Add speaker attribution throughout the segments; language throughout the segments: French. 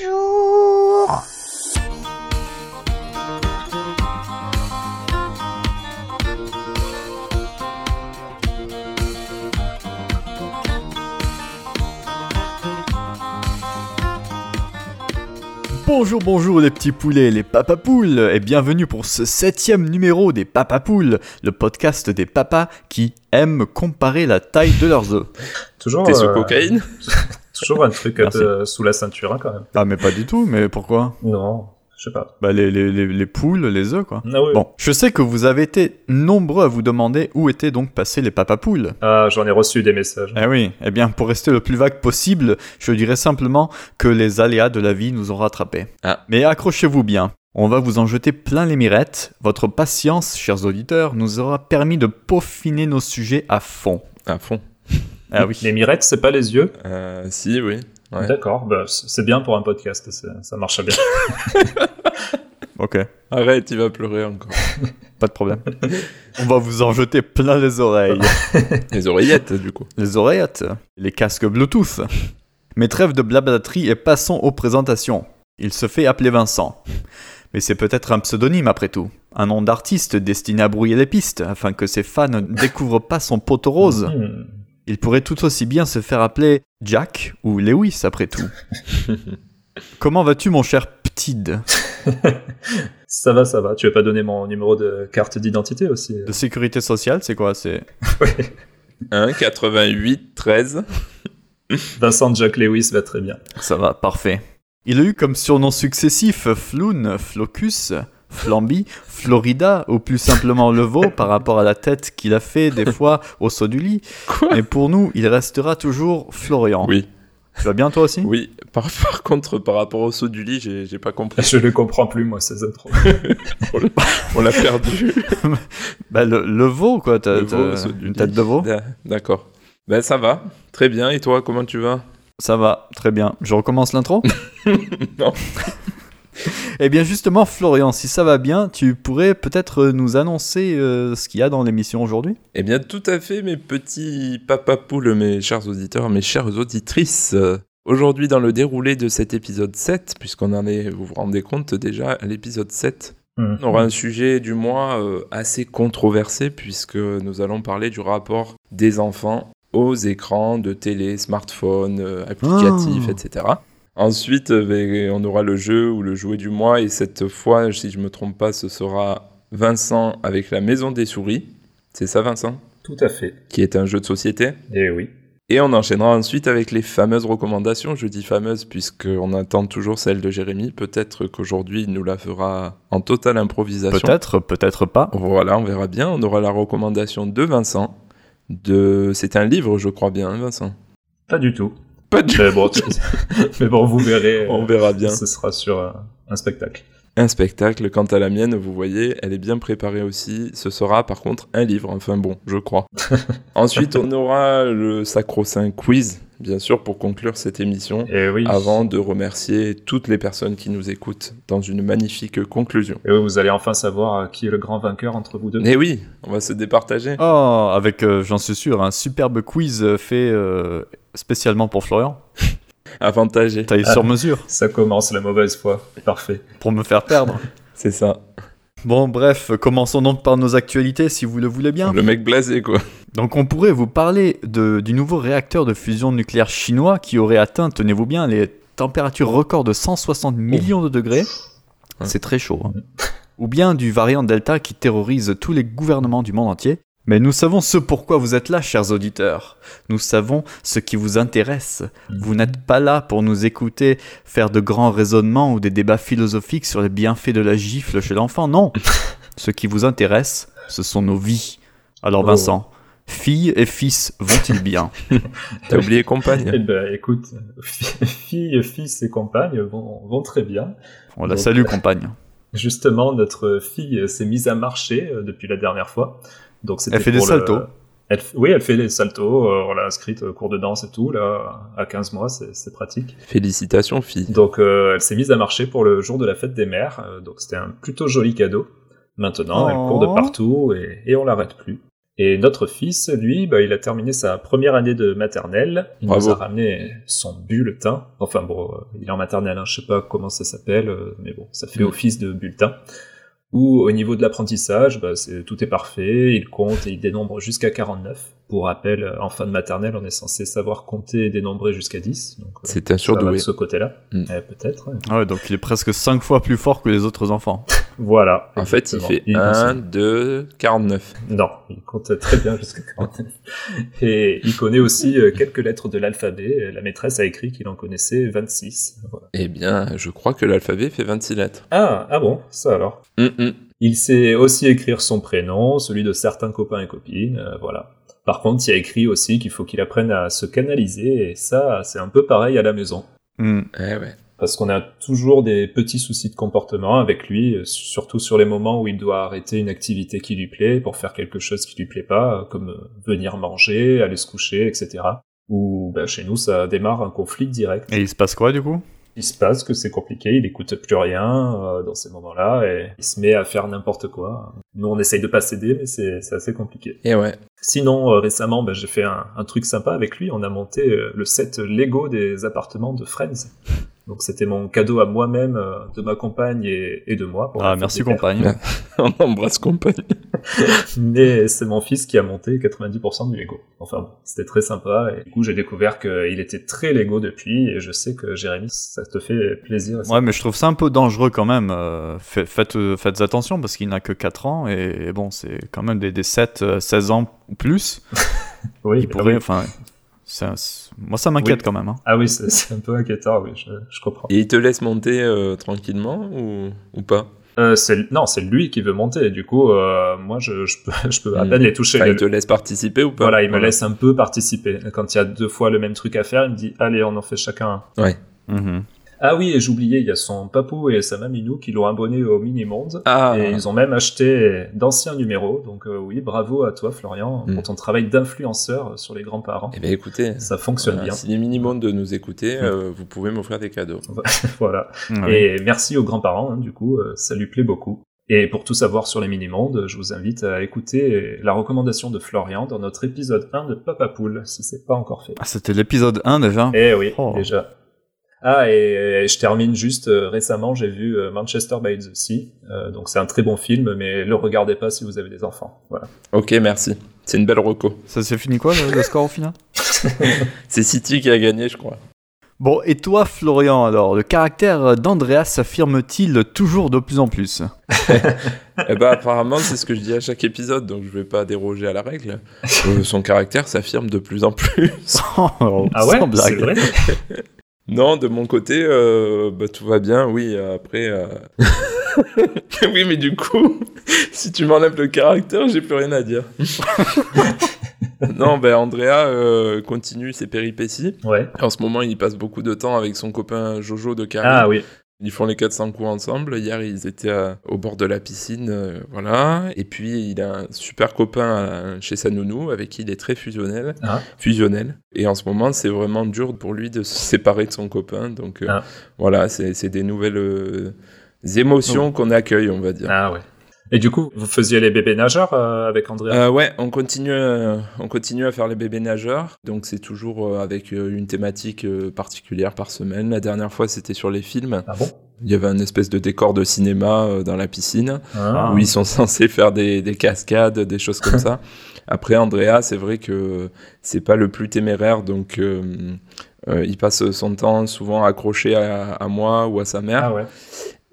Speaker 1: Bonjour
Speaker 2: Bonjour, bonjour les petits poulets, les papapoules, et bienvenue pour ce septième numéro des papapoules, le podcast des papas qui aiment comparer la taille de leurs œufs.
Speaker 3: Toujours,
Speaker 4: T'es sous
Speaker 3: euh,
Speaker 4: cocaïne
Speaker 3: toujours un truc
Speaker 2: Merci.
Speaker 3: de- sous la ceinture hein, quand même.
Speaker 2: Ah mais pas du tout, mais pourquoi
Speaker 3: Non, je sais pas.
Speaker 2: Bah les, les, les, les poules, les œufs quoi.
Speaker 3: Ah oui.
Speaker 2: Bon, je sais que vous avez été nombreux à vous demander où étaient donc passés les papapoules.
Speaker 3: Ah, j'en ai reçu des
Speaker 4: Ah,
Speaker 3: messages.
Speaker 2: Eh oui, eh bien pour rester le plus vague possible, je dirais simplement que les aléas de la vie nous ont rattrapés.
Speaker 4: Ah.
Speaker 2: Mais accrochez-vous bien. On va vous en jeter plein les mirettes. Votre patience, chers auditeurs, nous aura permis de peaufiner nos sujets à fond.
Speaker 4: À fond.
Speaker 2: Ah oui.
Speaker 3: Les mirettes, c'est pas les yeux
Speaker 4: Euh, si, oui. Ouais.
Speaker 3: D'accord, bah, c- c'est bien pour un podcast, c'est- ça marche bien.
Speaker 2: Ok,
Speaker 4: Arrête, il va pleurer encore.
Speaker 2: pas de problème. On va vous en jeter plein les oreilles.
Speaker 4: Les oreillettes, du coup.
Speaker 2: Les oreillettes, les casques Bluetooth. Mais trêve de blablaterie et passons aux présentations. Il se fait appeler Vincent. Mais c'est peut-être un pseudonyme après tout. Un nom d'artiste destiné à brouiller les pistes afin que ses fans ne découvrent pas son poteau rose.
Speaker 3: Hmm.
Speaker 2: Il pourrait tout aussi bien se faire appeler Jack ou Lewis après tout. Comment vas-tu mon cher Ptid
Speaker 3: Ça va, ça va. Tu veux pas donner mon numéro de carte d'identité aussi
Speaker 2: De sécurité sociale, c'est quoi C'est
Speaker 4: 1, 88, 13.
Speaker 3: Vincent Jack Lewis va très bien.
Speaker 2: Ça va, parfait. Il a eu comme surnoms successifs Floun, Flocus, Flamby, Florida, ou plus simplement le veau par rapport à la tête qu'il a fait des fois au saut du lit.
Speaker 4: Quoi
Speaker 2: Mais pour nous, il restera toujours Florian.
Speaker 4: Oui.
Speaker 2: Tu vas bien toi aussi
Speaker 4: Oui. Par, par contre, par rapport au saut du lit, j'ai j'ai pas compris.
Speaker 3: Je le comprends plus, moi, ces intros.
Speaker 4: On l'a perdu.
Speaker 2: Bah, le, le veau, quoi. t'as-
Speaker 4: Le veau
Speaker 2: t'as
Speaker 4: au saut du
Speaker 2: une
Speaker 4: lit.
Speaker 2: tête de veau.
Speaker 4: D'a- D'accord. Ben, ça va. Très bien. Et toi, comment tu vas
Speaker 2: Ça va, très bien. Je recommence l'intro
Speaker 4: Non.
Speaker 2: Eh bien justement, Florian, si ça va bien, tu pourrais peut-être nous annoncer euh, ce qu'il y a dans l'émission aujourd'hui
Speaker 4: Eh bien, tout à fait, mes petits papapoules, mes chers auditeurs, mes chères auditrices. Euh, Aujourd'hui, dans le déroulé de cet épisode 7, puisqu'on en est, vous vous rendez compte déjà, à l'épisode 7,
Speaker 3: Hmm.
Speaker 4: on aura un sujet du mois euh, assez controversé, puisque nous allons parler du rapport des enfants aux écrans de télé, smartphone, euh, applicatifs,
Speaker 2: Oh.
Speaker 4: etc. Ensuite, euh, ben, on aura le jeu ou le jouet du mois, et cette fois, si je me trompe pas, ce sera Vincent avec la maison des souris. C'est ça, Vincent
Speaker 3: Tout à fait.
Speaker 4: qui est un jeu de société.
Speaker 3: Et oui.
Speaker 4: Et on enchaînera ensuite avec les fameuses recommandations. Je dis fameuses puisqu'on attend toujours celle de Jérémy. Peut-être qu'aujourd'hui, il nous la fera en totale improvisation.
Speaker 2: Peut-être, peut-être pas.
Speaker 4: Voilà, on verra bien. On aura la recommandation de Vincent. De... C'est un livre, je crois bien, hein, Vincent.
Speaker 3: Pas du tout.
Speaker 4: Pas du
Speaker 3: Mais bon, tu- Mais bon vous verrez. euh,
Speaker 4: On verra bien.
Speaker 3: Ce sera sur euh, un spectacle.
Speaker 4: Un spectacle. Quant à la mienne, vous voyez, elle est bien préparée aussi. Ce sera par contre un livre. Enfin bon, je crois. Ensuite, on aura le sacro-saint quiz, bien sûr, pour conclure cette émission.
Speaker 3: Et Eh oui.
Speaker 4: avant de remercier toutes les personnes qui nous écoutent dans une magnifique conclusion.
Speaker 3: Et oui, vous allez enfin savoir euh, qui est le grand vainqueur entre vous deux.
Speaker 4: Mais oui, on va se départager.
Speaker 2: Oh, avec, euh, j'en suis sûr, un superbe quiz euh, fait euh, spécialement pour Florian.
Speaker 4: Avantager,
Speaker 2: Taillé sur mesure
Speaker 3: Ça commence la mauvaise foi. Parfait.
Speaker 2: pour me faire perdre.
Speaker 4: c'est ça.
Speaker 2: Bon, bref, commençons donc par nos actualités si vous le voulez bien.
Speaker 4: Le mec blasé, quoi.
Speaker 2: Donc, on pourrait vous parler de- du nouveau réacteur de fusion nucléaire chinois qui aurait atteint, tenez-vous bien, les températures records de 160 millions de degrés.
Speaker 4: Ouais.
Speaker 2: C'est très chaud. hein. Ou bien du variant Delta qui terrorise tous les gouvernements du monde entier. Mais nous savons ce pourquoi vous êtes là, chers auditeurs. Nous savons ce qui vous intéresse. Vous n'êtes pas là pour nous écouter faire de grands raisonnements ou des débats philosophiques sur les bienfaits de la gifle chez l'enfant. Non. ce qui vous intéresse, ce sont nos vies. Alors
Speaker 3: Oh.
Speaker 2: Vincent, filles et fils vont-ils bien
Speaker 4: T'as oublié
Speaker 3: Eh
Speaker 4: compagne.
Speaker 3: ben, écoute, filles, fils et compagnes vont, vont très bien.
Speaker 2: On la
Speaker 3: Bon.
Speaker 2: salue, compagne.
Speaker 3: Justement, notre fille s'est mise à marcher euh, depuis la dernière fois. Donc, c'était
Speaker 2: Elle fait des
Speaker 3: pour le-
Speaker 2: saltos.
Speaker 3: Elle f- Oui, elle fait des saltos. euh, On l'a inscrite au cours de danse et tout. Là, à 15 mois, c'est c'est pratique.
Speaker 4: Félicitations, fille.
Speaker 3: Donc, euh, elle s'est mise à marcher pour le jour de la fête des mères. euh, Donc, c'était un plutôt joli cadeau. Maintenant, elle
Speaker 2: Oh.
Speaker 3: court de partout et, et on l'arrête plus. Et notre fils, lui, bah, il a terminé sa première année de maternelle. Il
Speaker 4: Bravo.
Speaker 3: nous a ramené son bulletin. Enfin bon, euh, il est en maternelle, hein, je sais pas comment ça s'appelle, euh, mais bon, ça fait
Speaker 4: Mm.
Speaker 3: office de bulletin. Où au niveau de l'apprentissage, bah, c'est- tout est parfait, il compte et il dénombre jusqu'à 49. Pour rappel, euh, en fin de maternelle, on est censé savoir compter et dénombrer jusqu'à 10. Donc, euh,
Speaker 4: C'est un
Speaker 3: ça va de
Speaker 4: surdoué.
Speaker 3: ce côté-là,
Speaker 4: Mm.
Speaker 3: Eh, peut-être. ouais.
Speaker 2: Ah ouais, donc il est presque 5 fois plus fort que les autres enfants.
Speaker 3: Voilà.
Speaker 4: En fait, il
Speaker 3: exactement.
Speaker 4: fait
Speaker 3: conseille-
Speaker 4: 1, 2, 49.
Speaker 3: Non, il compte très bien jusqu'à 49. Et il connaît aussi euh, quelques lettres de l'alphabet. La maîtresse a écrit qu'il en connaissait 26. Voilà.
Speaker 4: Eh bien, je crois que l'alphabet fait 26 lettres.
Speaker 3: Ah, ah bon, ça alors.
Speaker 4: Hum, hum.
Speaker 3: Il sait aussi écrire son prénom, celui de certains copains et copines, euh, voilà. Par contre, il y a écrit aussi qu'il faut qu'il apprenne à se canaliser, et ça, c'est un peu pareil à la maison.
Speaker 2: Hmm.
Speaker 4: Eh ouais.
Speaker 3: Parce qu'on a toujours des petits soucis de comportement avec lui, euh, surtout sur les moments où il doit arrêter une activité qui lui plaît pour faire quelque chose qui lui plaît pas, euh, comme euh, venir manger, aller se coucher, etc. Ou bah, chez nous, ça démarre un conflit direct.
Speaker 2: Et il se passe quoi du coup
Speaker 3: Il se passe que c'est compliqué, il écoute plus rien euh, dans ces moments-là et il se met à faire n'importe quoi. Nous, on essaye de pas céder, mais c'est c'est assez compliqué.
Speaker 4: Eh ouais.
Speaker 3: Sinon, euh, récemment, bah, j'ai fait un, un truc sympa avec lui. On a monté euh, le set Lego des appartements de Friends. Donc c'était mon cadeau à moi-même, euh, de ma compagne et, et de moi. pour la
Speaker 2: Ah,
Speaker 3: fête
Speaker 2: merci
Speaker 3: des pères.
Speaker 2: compagne.
Speaker 4: Merde. On embrasse compagne.
Speaker 3: Mais c'est mon fils qui a monté 90% du Lego. Enfin bon, c'était très sympa. Et du coup, j'ai découvert qu'il était très Lego depuis. Et je sais que Jérémy, ça te fait plaisir.
Speaker 2: Ouais, mais je trouve ça un peu dangereux quand même. euh, fait- faites, euh, faites attention parce qu'il n'a que 4 ans et, et bon, c'est quand même des, des 7, euh, 16 ans ou plus.
Speaker 3: Oui,
Speaker 2: Il
Speaker 3: bah
Speaker 2: pourrait,
Speaker 3: oui.
Speaker 2: enfin, c'est un- c'est- moi ça m'inquiète
Speaker 3: Oui.
Speaker 2: quand même. hein.
Speaker 3: Ah oui, c'est c'est un peu inquiétant, oui, je, je comprends.
Speaker 4: Et il te laisse monter euh, tranquillement ou, ou pas
Speaker 3: Euh, c'est- non, c'est lui qui veut monter. Du coup, euh, moi, je, je peux, je peux à
Speaker 4: Mm.
Speaker 3: peine les toucher.
Speaker 4: Enfin,
Speaker 3: les-
Speaker 4: il te laisse participer ou pas
Speaker 3: Voilà, il me laisse un peu participer. Quand il y a deux fois le même truc à faire, il me dit allez, on en fait chacun un.
Speaker 2: Mhm.
Speaker 3: Ah oui, et j'oubliais, il y a son papou et sa maminou qui l'ont abonné au Mini Monde.
Speaker 4: Ah,
Speaker 3: Et ils ont même acheté d'anciens numéros. Donc euh, oui, bravo à toi Florian
Speaker 4: Mm.
Speaker 3: pour ton travail d'influenceur sur les grands-parents.
Speaker 4: eh bien écoutez,
Speaker 3: Ça fonctionne
Speaker 4: voilà,
Speaker 3: bien.
Speaker 4: s'il est minimum de nous écouter,
Speaker 3: Mm.
Speaker 4: euh, vous pouvez m'offrir des cadeaux.
Speaker 3: voilà.
Speaker 4: Ah
Speaker 2: Ouais.
Speaker 3: Et merci aux grands-parents, hein, du coup, euh, ça lui plaît beaucoup. Et pour tout savoir sur les mini-mondes, je vous invite à écouter la recommandation de Florian dans notre épisode 1 de Papa Poule, si c'est pas encore fait.
Speaker 2: Ah, c'était l'épisode 1 déjà.
Speaker 3: Eh oui,
Speaker 2: Oh.
Speaker 3: déjà. Ah, et, et je termine juste, euh, récemment j'ai vu euh, Manchester by the Sea, euh, donc c'est un très bon film, mais le regardez pas si vous avez des enfants. Voilà.
Speaker 4: Ok, merci. C'est une belle reco.
Speaker 2: Ça s'est fini quoi le, le score au final
Speaker 4: C'est City qui a gagné, je crois.
Speaker 2: Bon, et toi Florian alors, le caractère d'Andreas s'affirme-t-il toujours de plus en plus
Speaker 4: Eh ben apparemment, c'est ce que je dis à chaque épisode, donc je vais pas déroger à la règle. Euh, son caractère s'affirme de plus en plus.
Speaker 3: Ah ouais,
Speaker 2: Sans
Speaker 3: c'est
Speaker 2: blague.
Speaker 3: vrai
Speaker 4: Non, de mon côté, euh, bah, tout va bien, oui, euh, après... euh, oui, mais du coup, si tu m'enlèves le caractère, j'ai plus rien à dire. non, ben Andrea euh, continue ses péripéties.
Speaker 3: Ouais.
Speaker 4: En ce moment, il passe beaucoup de temps avec son copain Jojo de Carré.
Speaker 3: Ah oui,
Speaker 4: Ils font les 400 coups ensemble. Hier, ils étaient euh, au bord de la piscine. euh, voilà. Et puis, il a un super copain euh, chez sa nounou avec qui il est très fusionnel.
Speaker 3: Ah.
Speaker 4: fusionnel. Et en ce moment, c'est vraiment dur pour lui de se séparer de son copain. Donc, euh,
Speaker 3: Ah.
Speaker 4: voilà, c'est c'est des nouvelles euh, émotions qu'on accueille, on va dire.
Speaker 3: ah ouais. Et du coup, vous faisiez les bébés nageurs euh, avec Andrea
Speaker 4: Euh, ouais, on continue, euh, on continue à faire les bébés nageurs. Donc c'est toujours euh, avec euh, une thématique euh, particulière par semaine. La dernière fois, c'était sur les films.
Speaker 3: Ah bon
Speaker 4: Il y avait un espèce de décor de cinéma euh, dans la piscine
Speaker 3: Hein
Speaker 2: Ah.
Speaker 4: où ils sont censés faire des, des cascades, des choses comme ça. Après, Andrea, c'est vrai que c'est pas le plus téméraire, donc euh, euh, il passe son temps souvent accroché à, à moi ou à sa mère.
Speaker 3: Ah ouais.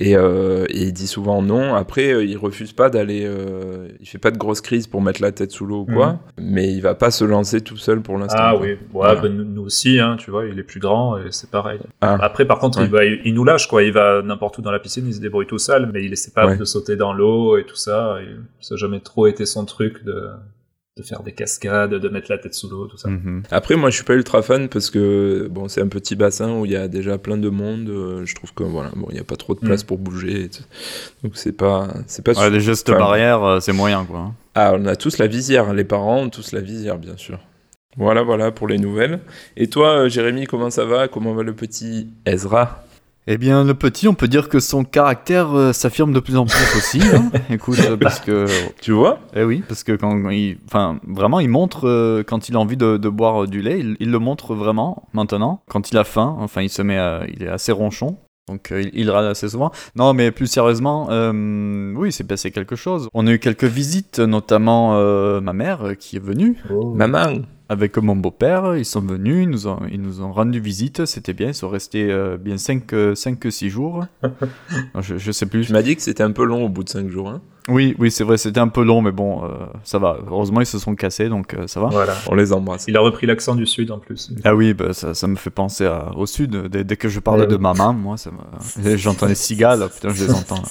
Speaker 4: Et, euh, et il dit souvent non. Après, euh, il refuse pas d'aller. euh, il fait pas de grosse crise pour mettre la tête sous l'eau ou quoi. Mais il va pas se lancer tout seul pour l'instant.
Speaker 3: Mhm. Ah
Speaker 4: quoi.
Speaker 3: oui, ouais,
Speaker 4: Voilà.
Speaker 3: bah, nous, nous aussi, hein, tu vois, il est plus grand et c'est pareil.
Speaker 4: Ah.
Speaker 3: Après, par contre, il, va, il nous lâche, quoi. Il va n'importe où dans la piscine, il se débrouille tout seul, mais il est capable
Speaker 4: Ouais.
Speaker 3: de sauter dans l'eau et tout ça. et ça n'a jamais trop été son truc de, de faire des cascades, de mettre la tête sous l'eau, tout ça.
Speaker 2: Mhm.
Speaker 4: Après, moi, je suis pas ultra fan parce que bon, c'est un petit bassin où il y a déjà plein de monde. euh, je trouve que voilà, bon, il y a pas trop
Speaker 3: Mhm.
Speaker 4: de place pour bouger. et tout. Donc c'est pas, c'est pas.
Speaker 2: Ouais, les gestes
Speaker 4: Enfin,
Speaker 2: barrières, euh, c'est moyen quoi.
Speaker 4: Ah, on a tous la visière. Les parents ont tous la visière, bien sûr. Voilà, voilà pour les nouvelles. Et toi, euh, Jérémy, comment ça va Comment va le petit Ezra
Speaker 2: Eh bien, le petit, on peut dire que son caractère euh, s'affirme de plus en plus aussi. hein. Écoute, euh, parce que,
Speaker 4: Tu vois
Speaker 2: eh oui, parce que quand il, enfin, vraiment, il montre euh, quand il a envie de, de boire euh, du lait, il, il le montre vraiment maintenant. Quand il a faim, enfin, il se met, à- il est assez ronchon. Donc euh, il, il râle assez souvent. Non, mais plus sérieusement, euh, oui, c'est passé quelque chose. On a eu quelques visites, notamment euh, ma mère euh, qui est venue
Speaker 3: Oh.
Speaker 4: Maman
Speaker 2: avec mon beau-père, ils sont venus, ils nous ont, ils nous ont rendu visite, c'était bien, ils sont restés euh, bien 5 6 jours. Non, je, je sais
Speaker 4: Tu
Speaker 2: plus.
Speaker 4: m'as dit que c'était un peu long au bout de 5 jours. hein.
Speaker 2: Oui, oui, c'est vrai, c'était un peu long, mais bon, euh, ça va. Heureusement, ils se sont cassés, donc euh, ça va.
Speaker 3: Voilà.
Speaker 4: On les embrasse.
Speaker 3: Il a repris l'accent du sud en plus.
Speaker 2: Ah oui, bah, ça, ça me fait penser à- au sud. Dès, dès que je parle
Speaker 3: Ouais,
Speaker 2: de
Speaker 3: ouais.
Speaker 2: maman, moi, ça me... j'entends les cigales, oh, putain, je les entends. là.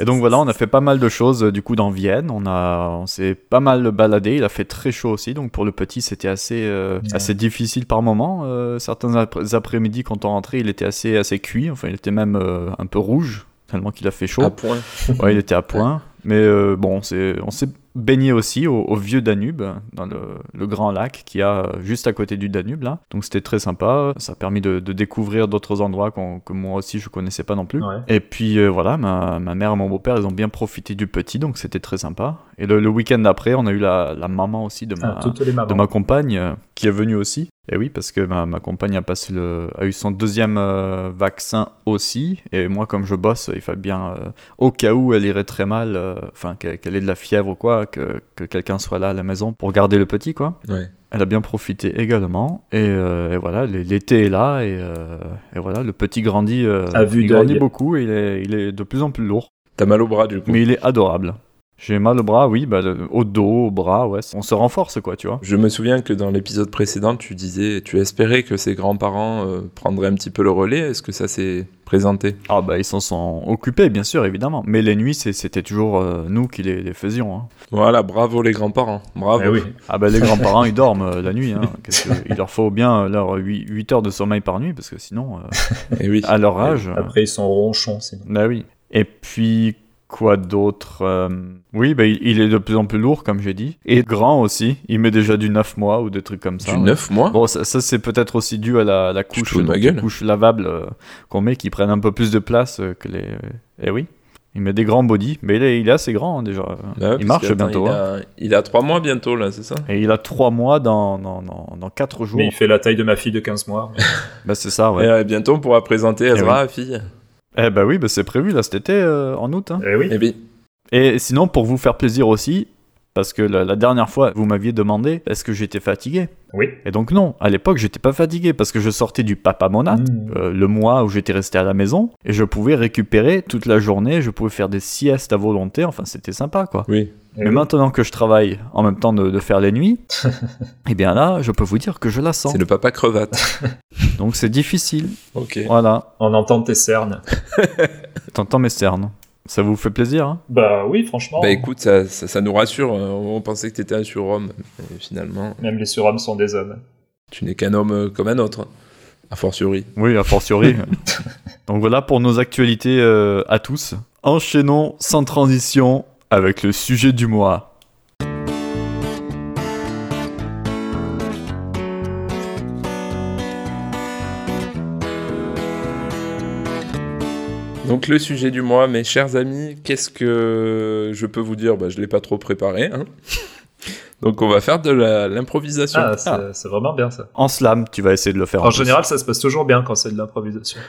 Speaker 2: Et donc voilà, on a fait pas mal de choses euh, du coup dans Vienne. On, a, on s'est pas mal baladé. Il a fait très chaud aussi, donc pour le petit, c'était assez, euh, assez difficile par moment. Euh, certains ap- après-midi, quand on rentrait, il était assez, assez cuit. Enfin, il était même euh, un peu rouge, tellement qu'il a fait chaud.
Speaker 4: À point.
Speaker 2: Ouais, il était à point. Mais euh, bon, on s'est on s'est baigné aussi au, au vieux Danube, dans le, le grand lac qu'il y a euh, juste à côté du Danube, là. Donc c'était très sympa. Ça a permis de, de découvrir d'autres endroits qu'on- que moi aussi je connaissais pas non plus.
Speaker 3: Ouais.
Speaker 2: Et puis euh, voilà, ma, ma mère et mon beau-père, ils ont bien profité du petit, donc c'était très sympa. Et le, le week-end d'après, on a eu la, la maman aussi de ma,
Speaker 3: Ah, toutes les
Speaker 2: de
Speaker 3: mamans.
Speaker 2: ma compagne euh, qui est venue aussi. Et oui, parce que ma, ma compagne a, passé le, a eu son deuxième euh, vaccin aussi. Et moi, comme je bosse, il fallait bien, euh, au cas où elle irait très mal, euh, enfin, qu'elle qu'elle ait de la fièvre ou quoi, que, que quelqu'un soit là à la maison pour garder le petit, quoi.
Speaker 4: Ouais.
Speaker 2: Elle a bien profité également. Et, euh, et voilà, l- l'été est là. Et, euh, et voilà, le petit grandit, euh,
Speaker 3: À vue
Speaker 2: il grandit
Speaker 3: d'œil.
Speaker 2: beaucoup. Et il est, il est de plus en plus lourd.
Speaker 4: T'as mal au bras du coup.
Speaker 2: Mais il est adorable. J'ai mal au bras, oui, bah, le- au dos, au bras, ouais. On se renforce, quoi, tu vois.
Speaker 4: Je me souviens que dans l'épisode précédent, tu disais, tu espérais que ses grands-parents euh, prendraient un petit peu le relais. Est-ce que ça s'est présenté
Speaker 2: Ah bah ils s'en sont occupés bien sûr évidemment, mais les nuits c'est- c'était toujours euh, nous qui les, les faisions. hein.
Speaker 4: Voilà, bravo les grands-parents. Bravo.
Speaker 3: Eh oui.
Speaker 2: Ah bah les grands-parents ils dorment euh, la nuit, hein. Qu'est-ce que- il leur faut bien euh, leur 8, heures de sommeil par nuit parce que sinon euh,
Speaker 4: Eh oui.
Speaker 2: à leur âge... euh,
Speaker 3: Après, ils sont ronchons, sinon.
Speaker 2: Bah oui. Et puis, quoi d'autre euh, Oui, bah, il, il est de plus en plus lourd, comme j'ai dit. Et grand aussi. Il met déjà du 9 mois ou des trucs comme ça.
Speaker 4: du
Speaker 2: ouais.
Speaker 4: 9 mois
Speaker 2: Bon, ça, ça, c'est peut-être aussi dû à la, la
Speaker 4: te
Speaker 2: couche,
Speaker 4: fous de ma
Speaker 2: donc,
Speaker 4: gueule.
Speaker 2: la couche lavable euh, qu'on met qui prennent un peu plus de place euh, que les. Eh oui. Il met des grands body, mais il est, il est assez grand hein, déjà.
Speaker 4: Bah ouais,
Speaker 2: il
Speaker 4: parce
Speaker 2: marche
Speaker 4: que, attends,
Speaker 2: bientôt.
Speaker 4: Il
Speaker 2: hein.
Speaker 4: a, il a 3 mois bientôt, là, c'est ça
Speaker 2: Et il a 3 mois dans, dans, dans, 4 jours.
Speaker 3: Mais il fait la taille de ma fille de 15 mois. mais-
Speaker 2: Bah, c'est ça,
Speaker 4: Et
Speaker 2: ouais.
Speaker 4: euh, bientôt, on pourra présenter Ezra à fille.
Speaker 2: Eh bah oui, bah, c'est prévu là cet été euh, en août. hein.
Speaker 3: Eh oui.
Speaker 4: Eh oui.
Speaker 2: Et sinon, pour vous faire plaisir aussi, parce que la, la dernière fois, vous m'aviez demandé est-ce que j'étais fatigué
Speaker 3: Oui.
Speaker 2: Et donc, non, à l'époque, j'étais pas fatigué parce que je sortais du Papa Monat,
Speaker 3: Mm.
Speaker 2: euh, le mois où j'étais resté à la maison, et je pouvais récupérer toute la journée, je pouvais faire des siestes à volonté, enfin, c'était sympa quoi.
Speaker 4: Oui.
Speaker 3: Eh
Speaker 2: Mais
Speaker 3: oui.
Speaker 2: maintenant que je travaille en même temps de, de faire les nuits, et bien là, je peux vous dire que je la sens.
Speaker 4: C'est le papa crevate.
Speaker 2: Donc, c'est difficile.
Speaker 4: ok.
Speaker 2: Voilà,
Speaker 3: On entend tes cernes.
Speaker 2: t'entends mes cernes. Ça vous fait plaisir hein
Speaker 3: Bah oui, franchement.
Speaker 4: Bah écoute, ça, ça, ça nous rassure. Euh, On pensait que t'étais un surhomme. Et finalement,
Speaker 3: Même les surhommes sont des hommes.
Speaker 4: tu n'es qu'un homme euh, comme un autre. A fortiori.
Speaker 2: Oui, a fortiori. Donc voilà pour nos actualités euh, à tous. Enchaînons sans transition avec le sujet du mois.
Speaker 4: Donc le sujet du mois, mes chers amis, qu'est-ce que je peux vous dire bah, Je ne l'ai pas trop préparé. hein. Donc on va faire de la- l'improvisation.
Speaker 3: Ah, c'est c'est vraiment bien ça.
Speaker 2: En slam, tu vas essayer de le faire.
Speaker 3: En
Speaker 2: plus.
Speaker 3: général, ça se passe toujours bien quand c'est de l'improvisation.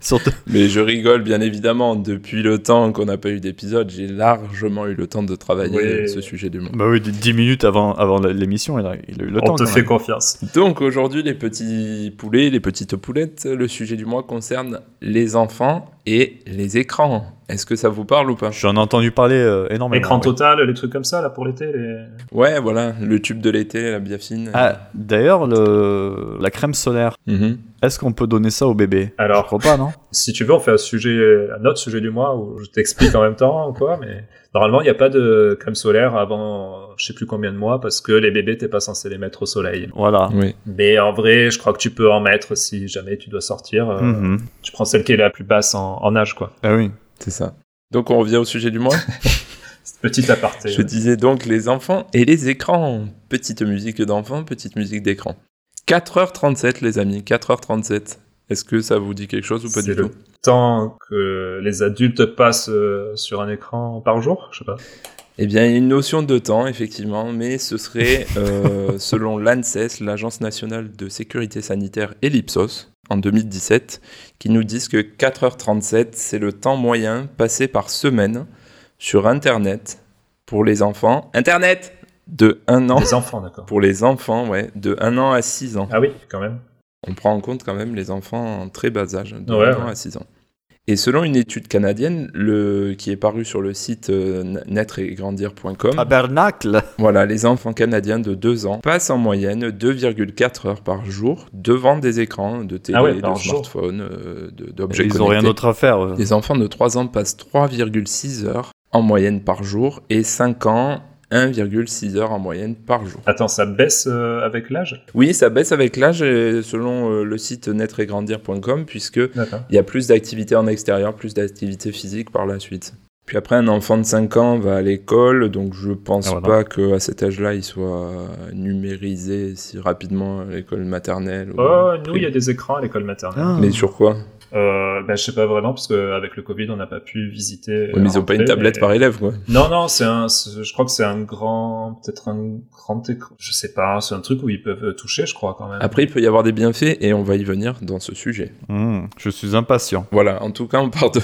Speaker 2: Surtout-
Speaker 4: Mais je rigole bien évidemment. Depuis le temps qu'on n'a pas eu d'épisode, j'ai largement eu le temps de travailler
Speaker 3: Oui.
Speaker 4: ce sujet du mois.
Speaker 2: Bah oui, 10 minutes avant, avant la- l'émission, il a, il a eu le temps.
Speaker 3: On te
Speaker 2: quand
Speaker 3: fait
Speaker 2: même.
Speaker 3: confiance.
Speaker 4: Donc aujourd'hui, les petits poulets, les petites poulettes, le sujet du mois concerne les enfants et les écrans. Est-ce que ça vous parle ou pas
Speaker 2: J'en ai entendu parler euh, énormément.
Speaker 3: Écran
Speaker 2: ouais.
Speaker 3: total, les trucs comme ça, là, pour l'été. les-
Speaker 4: Ouais, voilà, le tube de l'été, la biafine.
Speaker 2: Ah, d'ailleurs, le... la crème solaire,
Speaker 4: Mhm.
Speaker 2: est-ce qu'on peut donner ça au bébé Je
Speaker 3: Alors.
Speaker 2: crois pas, non
Speaker 3: Si tu veux, on fait un sujet, un autre sujet du mois où je t'explique en même temps ou quoi, mais normalement, il n'y a pas de crème solaire avant euh, je sais plus combien de mois parce que les bébés, t'es pas censé les mettre au soleil.
Speaker 2: Voilà. Euh,
Speaker 4: Oui.
Speaker 3: Mais en vrai, je crois que tu peux en mettre si jamais tu dois sortir. euh,
Speaker 2: Mhm.
Speaker 3: Tu prends celle qui est la plus basse en, en âge, quoi.
Speaker 2: Ah oui.
Speaker 4: C'est ça. Donc on revient au sujet du mois.
Speaker 3: Petit aparté.
Speaker 4: Je disais donc les enfants et les écrans. Petite musique d'enfant, petite musique d'écran. 4h37 les amis, 4h37. Est-ce que ça vous dit quelque chose ou pas
Speaker 3: C'est
Speaker 4: du
Speaker 3: le
Speaker 4: tout
Speaker 3: temps que les adultes passent euh, sur un écran par jour, je sais pas.
Speaker 4: Eh bien, il y a une notion de temps, effectivement, mais ce serait, euh, selon l'ANSES, l'Agence nationale de sécurité sanitaire et l'Ipsos, en 2017, qui nous disent que 4h37, c'est le temps moyen passé par semaine sur Internet pour les enfants. Internet De 1 an.
Speaker 3: Les enfants, d'accord.
Speaker 4: Pour les enfants, ouais, de 1 an à 6 ans.
Speaker 3: Ah oui, quand même.
Speaker 4: On prend en compte quand même les enfants en très bas âge, de
Speaker 3: Ouais,
Speaker 4: 1 an
Speaker 3: ouais.
Speaker 4: à 6 ans. Et selon une étude canadienne le, qui est parue sur le site euh, naître et grandir.com,
Speaker 2: Ah, Tabernacle
Speaker 4: voilà, les enfants canadiens de 2 ans passent en moyenne 2,4 heures par jour devant des écrans de télé,
Speaker 3: Ah ouais,
Speaker 4: de
Speaker 3: par jour.
Speaker 4: smartphone, euh, de- d'objets
Speaker 2: Ils
Speaker 4: connectés.
Speaker 2: ont rien d'autre à faire. eux.
Speaker 4: Les enfants de 3 ans passent 3,6 heures en moyenne par jour et 5 ans 1,6 heures en moyenne par jour.
Speaker 3: Attends, ça baisse euh, avec l'âge
Speaker 4: Oui, ça baisse avec l'âge et selon euh, le site naître et grandir.com puisque
Speaker 3: D'accord.
Speaker 4: il y a plus d'activités en extérieur, plus d'activités physiques par la suite. Puis après, un enfant de 5 ans va à l'école, donc je pense
Speaker 2: Ah, voilà.
Speaker 4: pas qu'à cet âge-là, il soit numérisé si rapidement à l'école maternelle. ou-
Speaker 3: Oh, nous, il y a des écrans à l'école maternelle.
Speaker 2: Ah.
Speaker 4: Mais sur quoi
Speaker 3: Euh, ben, je sais pas vraiment, parce qu'avec le Covid, on n'a pas pu visiter.
Speaker 4: Ouais, Mais ils ont pas une tablette
Speaker 3: pareil.
Speaker 4: par élève, quoi.
Speaker 3: Non, non, c'est un, c'est- je crois que c'est un grand, peut-être un grand écran. Je sais pas, c'est un truc où ils peuvent toucher, je crois, quand même.
Speaker 4: Après, il peut y avoir des bienfaits et on va y venir dans ce sujet.
Speaker 2: Hmm, je suis impatient.
Speaker 4: Voilà, en tout cas, on part de,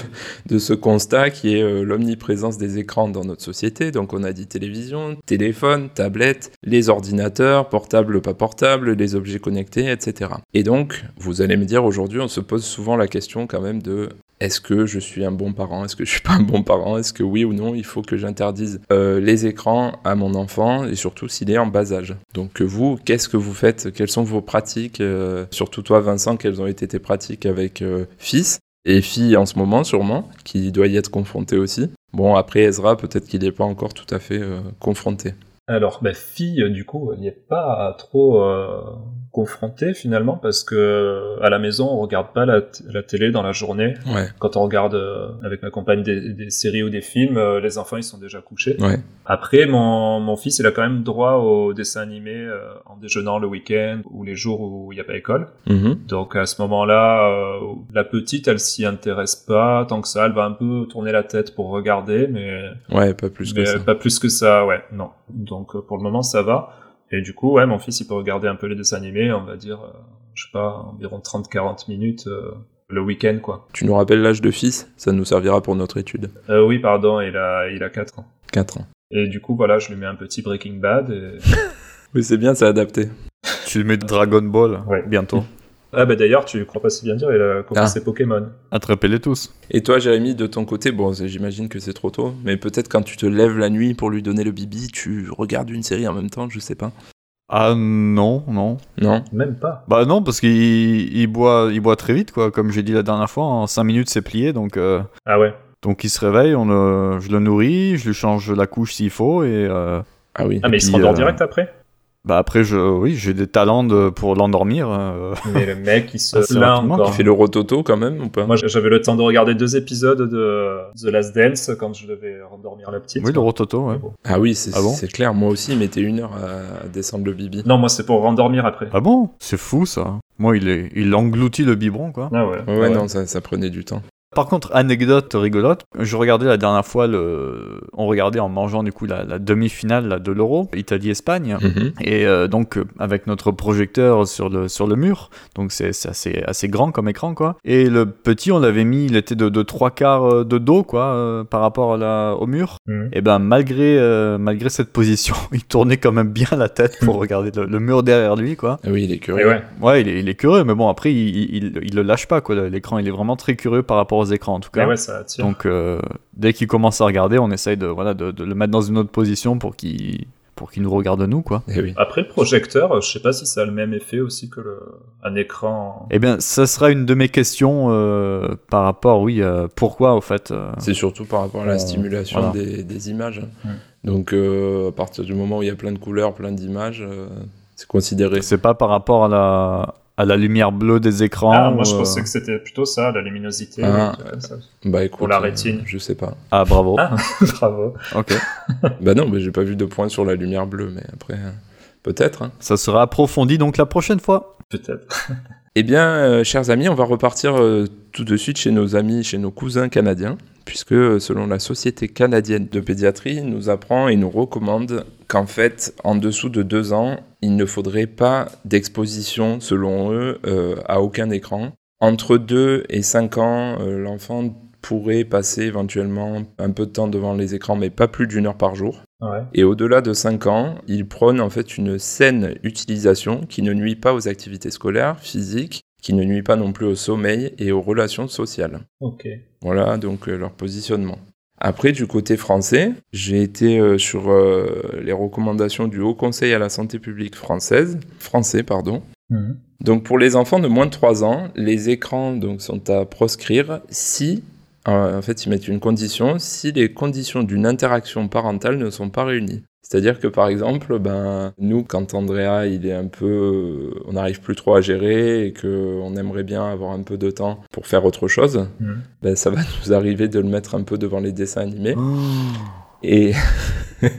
Speaker 4: de ce constat qui est euh, l'omniprésence des écrans dans notre société. Donc, on a dit télévision, téléphone, tablette, les ordinateurs, portables, pas portables, les objets connectés, etc. Et donc, vous allez me dire aujourd'hui, on se pose souvent la question quand même de. Est-ce que je suis un bon parent Est-ce que je suis pas un bon parent Est-ce que oui ou non, il faut que j'interdise euh, les écrans à mon enfant et surtout s'il est en bas âge Donc vous, qu'est-ce que vous faites Quelles sont vos pratiques Euh, Surtout toi, Vincent, quelles ont été tes pratiques avec euh, fils et fille en ce moment sûrement, qui doit y être confrontée aussi. Bon, après Ezra, peut-être qu'il n'est pas encore tout à fait euh, confronté.
Speaker 3: Alors, bah, fille, du coup, elle n'y est pas trop euh, confrontée finalement parce que euh, à la maison, on regarde pas la, t- la télé dans la journée.
Speaker 4: Ouais,
Speaker 3: Quand on regarde euh, avec ma compagne des, des séries ou des films, euh, les enfants ils sont déjà couchés.
Speaker 4: ouais.
Speaker 3: Après, mon, mon fils, il a quand même droit au dessin animé euh, en déjeunant le week-end ou les jours où il n'y a pas école.
Speaker 4: Mhm.
Speaker 3: Donc à ce moment-là, euh, la petite, elle s'y intéresse pas tant que ça. Elle va un peu tourner la tête pour regarder, mais
Speaker 4: Ouais, pas plus
Speaker 3: mais,
Speaker 4: que ça.
Speaker 3: euh, Pas plus que ça, ouais, non. Donc euh, pour le moment, ça va. Et du coup, ouais, mon fils, il peut regarder un peu les dessins animés, on va dire, euh, je sais pas, environ 30-40 minutes euh, le week-end, quoi.
Speaker 4: Tu nous rappelles l'âge de fils Ça nous servira pour notre étude.
Speaker 3: Euh, oui, pardon, il a, il a 4 ans.
Speaker 4: 4 ans.
Speaker 3: Et du coup, voilà, je lui mets un petit Breaking Bad. et-
Speaker 4: Oui, c'est bien, c'est adapté.
Speaker 2: Tu le mets Dragon Ball
Speaker 3: Ouais.
Speaker 2: bientôt.
Speaker 3: Ah bah d'ailleurs, tu crois pas si bien dire, il a commencé
Speaker 2: Ah.
Speaker 3: Pokémon.
Speaker 2: Attrapez-les tous.
Speaker 4: Et toi, Jérémy, de ton côté, bon, c'est- j'imagine que c'est trop tôt, mais peut-être quand tu te lèves la nuit pour lui donner le bibi, tu regardes une série en même temps, je sais pas.
Speaker 2: Ah non, non.
Speaker 4: Non
Speaker 3: Même pas.
Speaker 2: Bah non, parce qu'il il boit, il boit très vite, quoi. Comme j'ai dit la dernière fois, en 5 minutes c'est plié, donc, euh,
Speaker 3: Ah ouais.
Speaker 2: donc il se réveille, on le- je le nourris, je lui change la couche s'il faut, et euh,
Speaker 4: Ah oui.
Speaker 3: Ah mais il se
Speaker 2: puis,
Speaker 3: rendort
Speaker 2: euh,
Speaker 3: direct après
Speaker 2: bah après, je, oui, j'ai des talents de- pour l'endormir. euh.
Speaker 3: Mais le mec, il se
Speaker 2: Ah, c'est
Speaker 3: plaint
Speaker 2: rapidement
Speaker 3: encore.
Speaker 4: Il fait le rototo quand même ou pas
Speaker 3: Moi, j'avais le temps de regarder deux épisodes de The Last Dance quand je devais rendormir la petite.
Speaker 2: Oui, le rototo, ouais.
Speaker 4: Ah oui, c'est
Speaker 2: Ah bon
Speaker 4: c'est clair. Moi aussi, il mettait une heure à descendre le bibi.
Speaker 3: Non, moi, c'est pour rendormir après.
Speaker 2: Ah bon C'est fou ça. Moi, il, est, il engloutit le biberon, quoi.
Speaker 3: Ah ouais.
Speaker 4: Ouais,
Speaker 3: Ah ouais.
Speaker 4: non, ça, ça prenait du temps.
Speaker 2: Par contre, anecdote rigolote, je regardais la dernière fois, le... on regardait en mangeant du coup la, la demi-finale là, de l'Euro, Italie-Espagne.
Speaker 4: Mhm.
Speaker 2: Et euh, donc, euh, avec notre projecteur sur le, sur le mur, donc c'est c'est assez, assez grand comme écran, quoi. Et le petit, on l'avait mis, il était de, de trois quarts euh, de dos, quoi, euh, par rapport à la- au mur.
Speaker 3: Mhm.
Speaker 2: Et ben, malgré, euh, malgré cette position, il tournait quand même bien la tête
Speaker 3: Mm.
Speaker 2: pour regarder le, le mur derrière lui, quoi.
Speaker 4: Ah oui, il est
Speaker 3: Et
Speaker 4: curieux.
Speaker 3: ouais.
Speaker 2: Ouais, il est, il est curieux, mais bon, après, il, il, il le lâche pas, quoi. L'écran, il est vraiment très curieux par rapport aux écrans, en tout
Speaker 3: Mais
Speaker 2: cas.
Speaker 3: ouais, ça attire.
Speaker 2: Donc, euh, dès qu'il commence à regarder, on essaye de, voilà, de, de le mettre dans une autre position pour qu'il pour qu'il nous regarde, nous, quoi.
Speaker 4: Eh oui.
Speaker 3: Après, le projecteur, euh, je sais pas si ça a le même effet aussi que le... un écran.
Speaker 2: Eh bien, ça sera une de mes questions euh, par rapport, oui, euh, pourquoi, au fait. euh,
Speaker 4: C'est surtout par rapport à
Speaker 2: Euh,
Speaker 4: la stimulation
Speaker 2: voilà.
Speaker 4: des, des images.
Speaker 3: Mm.
Speaker 4: Donc, euh, à partir du moment où il y a plein de couleurs, plein d'images, euh, c'est considéré.
Speaker 2: c'est pas par rapport à la, à la lumière bleue des écrans.
Speaker 3: Ah, moi, je
Speaker 2: ou, euh,
Speaker 3: pensais que c'était plutôt ça, la luminosité.
Speaker 4: Ah.
Speaker 3: ouais, ça.
Speaker 4: Bah écoute,
Speaker 3: Pour la
Speaker 4: euh,
Speaker 3: rétine.
Speaker 4: je sais pas.
Speaker 2: Ah, bravo.
Speaker 3: Ah. Bravo.
Speaker 2: Ok.
Speaker 4: bah non, mais j'ai pas vu de point sur la lumière bleue, mais après, euh, peut-être. hein.
Speaker 2: Ça sera approfondi donc la prochaine fois.
Speaker 3: Peut-être.
Speaker 4: Eh bien, euh, chers amis, on va repartir euh, tout de suite chez nos amis, chez nos cousins canadiens, puisque euh, selon la Société canadienne de pédiatrie, nous apprend et nous recommande qu'en fait, en dessous de deux ans, il ne faudrait pas d'exposition, selon eux, euh, à aucun écran. Entre 2 et 5 ans, euh, l'enfant pourrait passer éventuellement un peu de temps devant les écrans, mais pas plus d'une heure par jour.
Speaker 3: Ouais.
Speaker 4: Et au-delà de 5 ans, il prône en fait une saine utilisation qui ne nuit pas aux activités scolaires, physiques, qui ne nuit pas non plus au sommeil et aux relations sociales.
Speaker 3: Ok.
Speaker 4: Voilà donc euh, leur positionnement. Après, du côté français, j'ai été euh, sur euh, les recommandations du Haut Conseil à la Santé publique française, français, pardon.
Speaker 3: Mhm.
Speaker 4: Donc pour les enfants de moins de 3 ans, les écrans donc, sont à proscrire si, euh, en fait ils mettent une condition, si les conditions d'une interaction parentale ne sont pas réunies. C'est-à-dire que par exemple, ben, nous quand Andrea il est un peu, euh, on n'arrive plus trop à gérer et qu'on aimerait bien avoir un peu de temps pour faire autre chose,
Speaker 3: Mhm.
Speaker 4: ben, ça va nous arriver de le mettre un peu devant les dessins animés.
Speaker 2: Mmh.
Speaker 4: Et,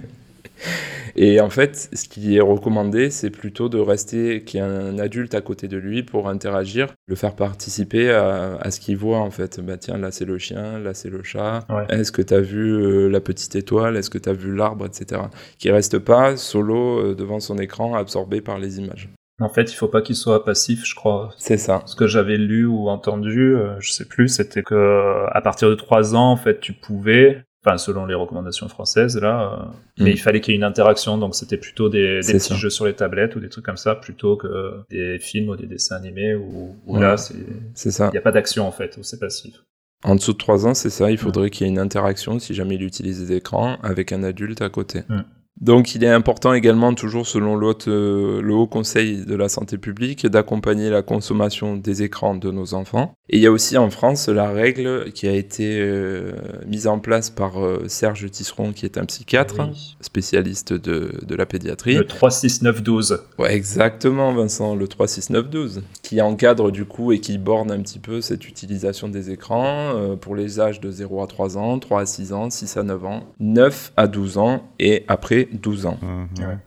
Speaker 4: et en fait, ce qui est recommandé, c'est plutôt de rester qu'il y ait un adulte à côté de lui pour interagir, le faire participer à, à ce qu'il voit en fait. Bah tiens, là c'est le chien, là c'est le chat.
Speaker 3: Ouais.
Speaker 4: Est-ce que t'as vu euh, la petite étoile Est-ce que t'as vu l'arbre Etc. Qui reste pas solo euh, devant son écran, absorbé par les images.
Speaker 3: En fait, il faut pas qu'il soit passif, je crois.
Speaker 4: C'est ça.
Speaker 3: Ce que j'avais lu ou entendu, euh, je sais plus, c'était que euh, à partir de 3 ans, en fait, tu pouvais, enfin selon les recommandations françaises là, euh,
Speaker 4: Mm.
Speaker 3: mais il fallait qu'il y ait une interaction, donc c'était plutôt des, des
Speaker 4: C'est
Speaker 3: petits
Speaker 4: ça.
Speaker 3: jeux sur les tablettes ou des trucs comme ça, plutôt que des films ou des dessins animés où, où
Speaker 4: Ouais.
Speaker 3: là, c'est
Speaker 4: C'est ça.
Speaker 3: il y a pas d'action en fait, où c'est passif.
Speaker 4: En dessous de 3 ans, c'est ça, il faudrait qu'il y ait une interaction, si jamais il utilise des écrans, avec un adulte à côté.
Speaker 3: Mm.
Speaker 4: Donc il est important également, toujours selon l'hôte, euh, le Haut Conseil de la Santé publique, d'accompagner la consommation des écrans de nos enfants. Et il y a aussi en France la règle qui a été euh, mise en place par euh, Serge Tisseron, qui est un psychiatre,
Speaker 3: Oui.
Speaker 4: spécialiste de, de la pédiatrie.
Speaker 3: Le 3, 6, 9, 12.
Speaker 4: Ouais, exactement, Vincent, le 36912, qui encadre du coup et qui borne un petit peu cette utilisation des écrans euh, pour les âges de 0 à 3 ans, 3 à 6 ans, 6 à 9 ans, 9 à 12 ans et après 12 ans.
Speaker 2: Mmh.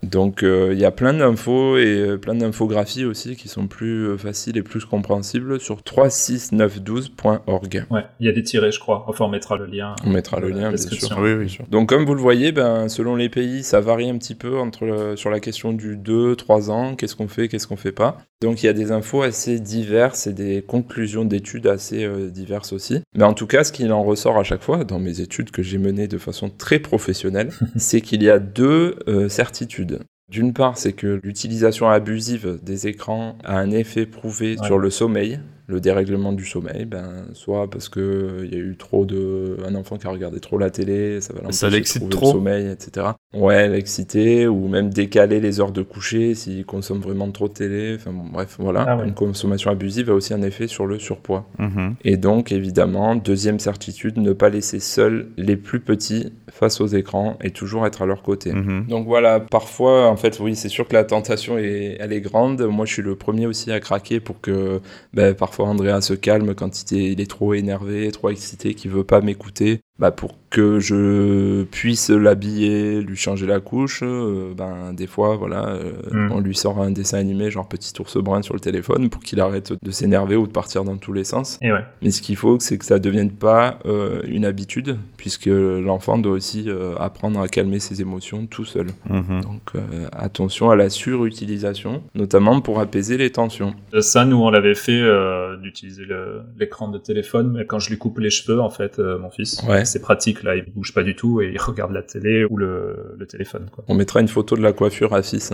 Speaker 4: Donc euh, il y a plein d'infos et euh, plein d'infographies aussi qui sont plus euh, faciles et plus compréhensibles sur 36912.org.
Speaker 3: Ouais, il y a des tirés, je crois. Enfin, on mettra le lien.
Speaker 4: On mettra le
Speaker 3: dans la
Speaker 4: lien, bien
Speaker 3: description.
Speaker 4: sûr.
Speaker 2: Oui, oui.
Speaker 4: Donc comme vous le voyez, ben, selon les pays, ça varie un petit peu entre le- sur la question du 2, 3 ans, qu'est-ce qu'on fait, qu'est-ce qu'on fait pas. Donc il y a des infos assez diverses et des conclusions d'études assez euh, diverses aussi. Mais en tout cas, ce qu'il en ressort à chaque fois dans mes études que j'ai menées de façon très professionnelle, c'est qu'il y a deux euh, certitudes. D'une part, c'est que l'utilisation abusive des écrans a un effet prouvé
Speaker 3: Ouais.
Speaker 4: sur le sommeil, le dérèglement du sommeil, ben, soit parce que euh, il y a eu trop de. un enfant qui a regardé trop la télé, ça va l'empêcher
Speaker 2: Ça
Speaker 4: de
Speaker 2: l'excite trop.
Speaker 4: trouver le sommeil, etc. Ouais, l'exciter, ou même décaler les heures de coucher s'il consomme vraiment trop de télé. Enfin bon, bref, voilà.
Speaker 3: Ah ouais.
Speaker 4: Une consommation abusive a aussi un effet sur le surpoids.
Speaker 2: Mmh.
Speaker 4: Et donc, évidemment, deuxième certitude, ne pas laisser seuls les plus petits face aux écrans et toujours être à leur
Speaker 2: Mmh.
Speaker 4: côté.
Speaker 2: Mm.
Speaker 4: Donc voilà, parfois, en fait, oui, c'est sûr que la tentation est, elle est grande. Moi, je suis le premier aussi à craquer pour que, ben, parfois, Andrea se calme quand il est, il est trop énervé, trop excité, qu'il veut pas m'écouter. Bah, pour que je puisse l'habiller, lui changer la couche, euh, ben, des fois, voilà, euh,
Speaker 3: Mm.
Speaker 4: on lui sort un dessin animé, genre Petit ours brun sur le téléphone, pour qu'il arrête de s'énerver ou de partir dans tous les sens.
Speaker 3: Et ouais.
Speaker 4: Mais ce qu'il faut, c'est que ça ne devienne pas euh, une habitude, puisque l'enfant doit aussi euh, apprendre à calmer ses émotions tout seul.
Speaker 2: Mmh.
Speaker 4: Donc euh, attention à la surutilisation, notamment pour apaiser les tensions.
Speaker 3: Euh, Ça, nous, on l'avait fait euh, d'utiliser le- l'écran de téléphone, mais quand je lui coupe les cheveux, en fait, euh, mon fils,
Speaker 4: Ouais.
Speaker 3: c'est pratique, là, il bouge pas du tout et il regarde la télé ou le, le téléphone, quoi.
Speaker 4: On mettra une photo de la coiffure à hein. fils.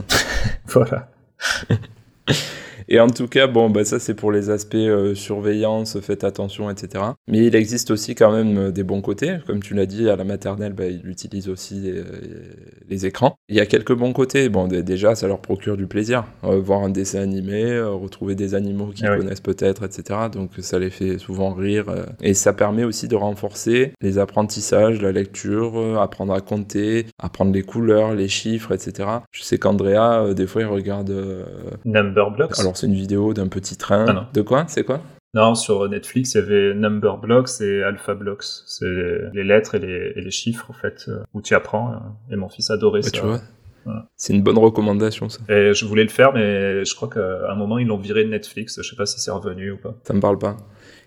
Speaker 3: Voilà.
Speaker 4: Et en tout cas, bon, bah, ça c'est pour les aspects euh, surveillance, faites attention, etc. Mais il existe aussi quand même euh, des bons côtés. Comme tu l'as dit, à la maternelle, bah, ils utilisent aussi euh, les écrans. Il y a quelques bons côtés. Bon, dé- déjà, ça leur procure du plaisir. Euh, voir un dessin animé, euh, retrouver des animaux qu'ils
Speaker 3: Ah oui.
Speaker 4: connaissent peut-être, etc. Donc ça les fait souvent rire. euh. Et ça permet aussi de renforcer les apprentissages, la lecture, euh, apprendre à compter, apprendre les couleurs, les chiffres, etc. Je sais qu'Andrea, euh, des fois, il regarde... euh,
Speaker 3: Number Blocks.
Speaker 4: alors c'est une vidéo d'un petit train.
Speaker 3: Ah non.
Speaker 4: de quoi C'est quoi
Speaker 3: Non, sur Netflix, il y avait Number Blocks et Alpha Blocks. C'est les lettres et les, et les chiffres, en fait, euh, où tu apprends. euh, Et mon fils adorait
Speaker 4: Bah,
Speaker 3: ça.
Speaker 4: Tu vois
Speaker 3: Voilà.
Speaker 4: C'est une bonne recommandation, ça.
Speaker 3: Et je voulais le faire, mais je crois qu'à un moment, ils l'ont viré de Netflix. Je sais pas si c'est revenu ou pas.
Speaker 4: Ça me parle pas.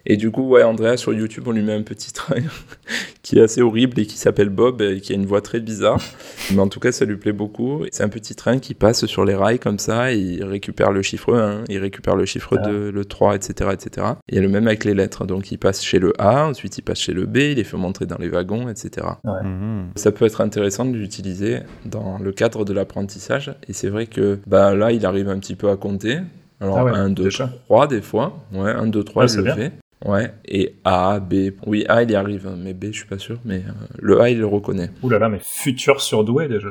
Speaker 4: Et du coup, ouais, Andrea, sur YouTube, on lui met un petit train qui est assez horrible et qui s'appelle Bob et qui a une voix très bizarre. Mais en tout cas, ça lui plaît beaucoup. C'est un petit train qui passe sur les rails comme ça. Et il récupère le chiffre 1, il récupère le chiffre
Speaker 3: Ah.
Speaker 4: 2, le 3, etc., etc. Et le même avec les lettres. Donc, il passe chez le A, ensuite il passe chez le B, il les fait montrer dans les wagons, etc.
Speaker 2: Mhm.
Speaker 4: Ça peut être intéressant de l'utiliser dans le cadre de l'apprentissage. Et c'est vrai que bah, là, il arrive un petit peu à compter. Alors,
Speaker 3: Ah ouais,
Speaker 4: 1, 2,
Speaker 3: déjà.
Speaker 4: 3 des fois. Ouais, 1, 2, 3,
Speaker 3: Ah,
Speaker 4: je
Speaker 3: c'est
Speaker 4: le
Speaker 3: bien.
Speaker 4: fais. Ouais, et A, B. Oui, A, il y arrive, hein, mais B, je suis pas sûr. Mais euh, le A, il le reconnaît.
Speaker 3: Ouh là là, mais futur surdoué déjà.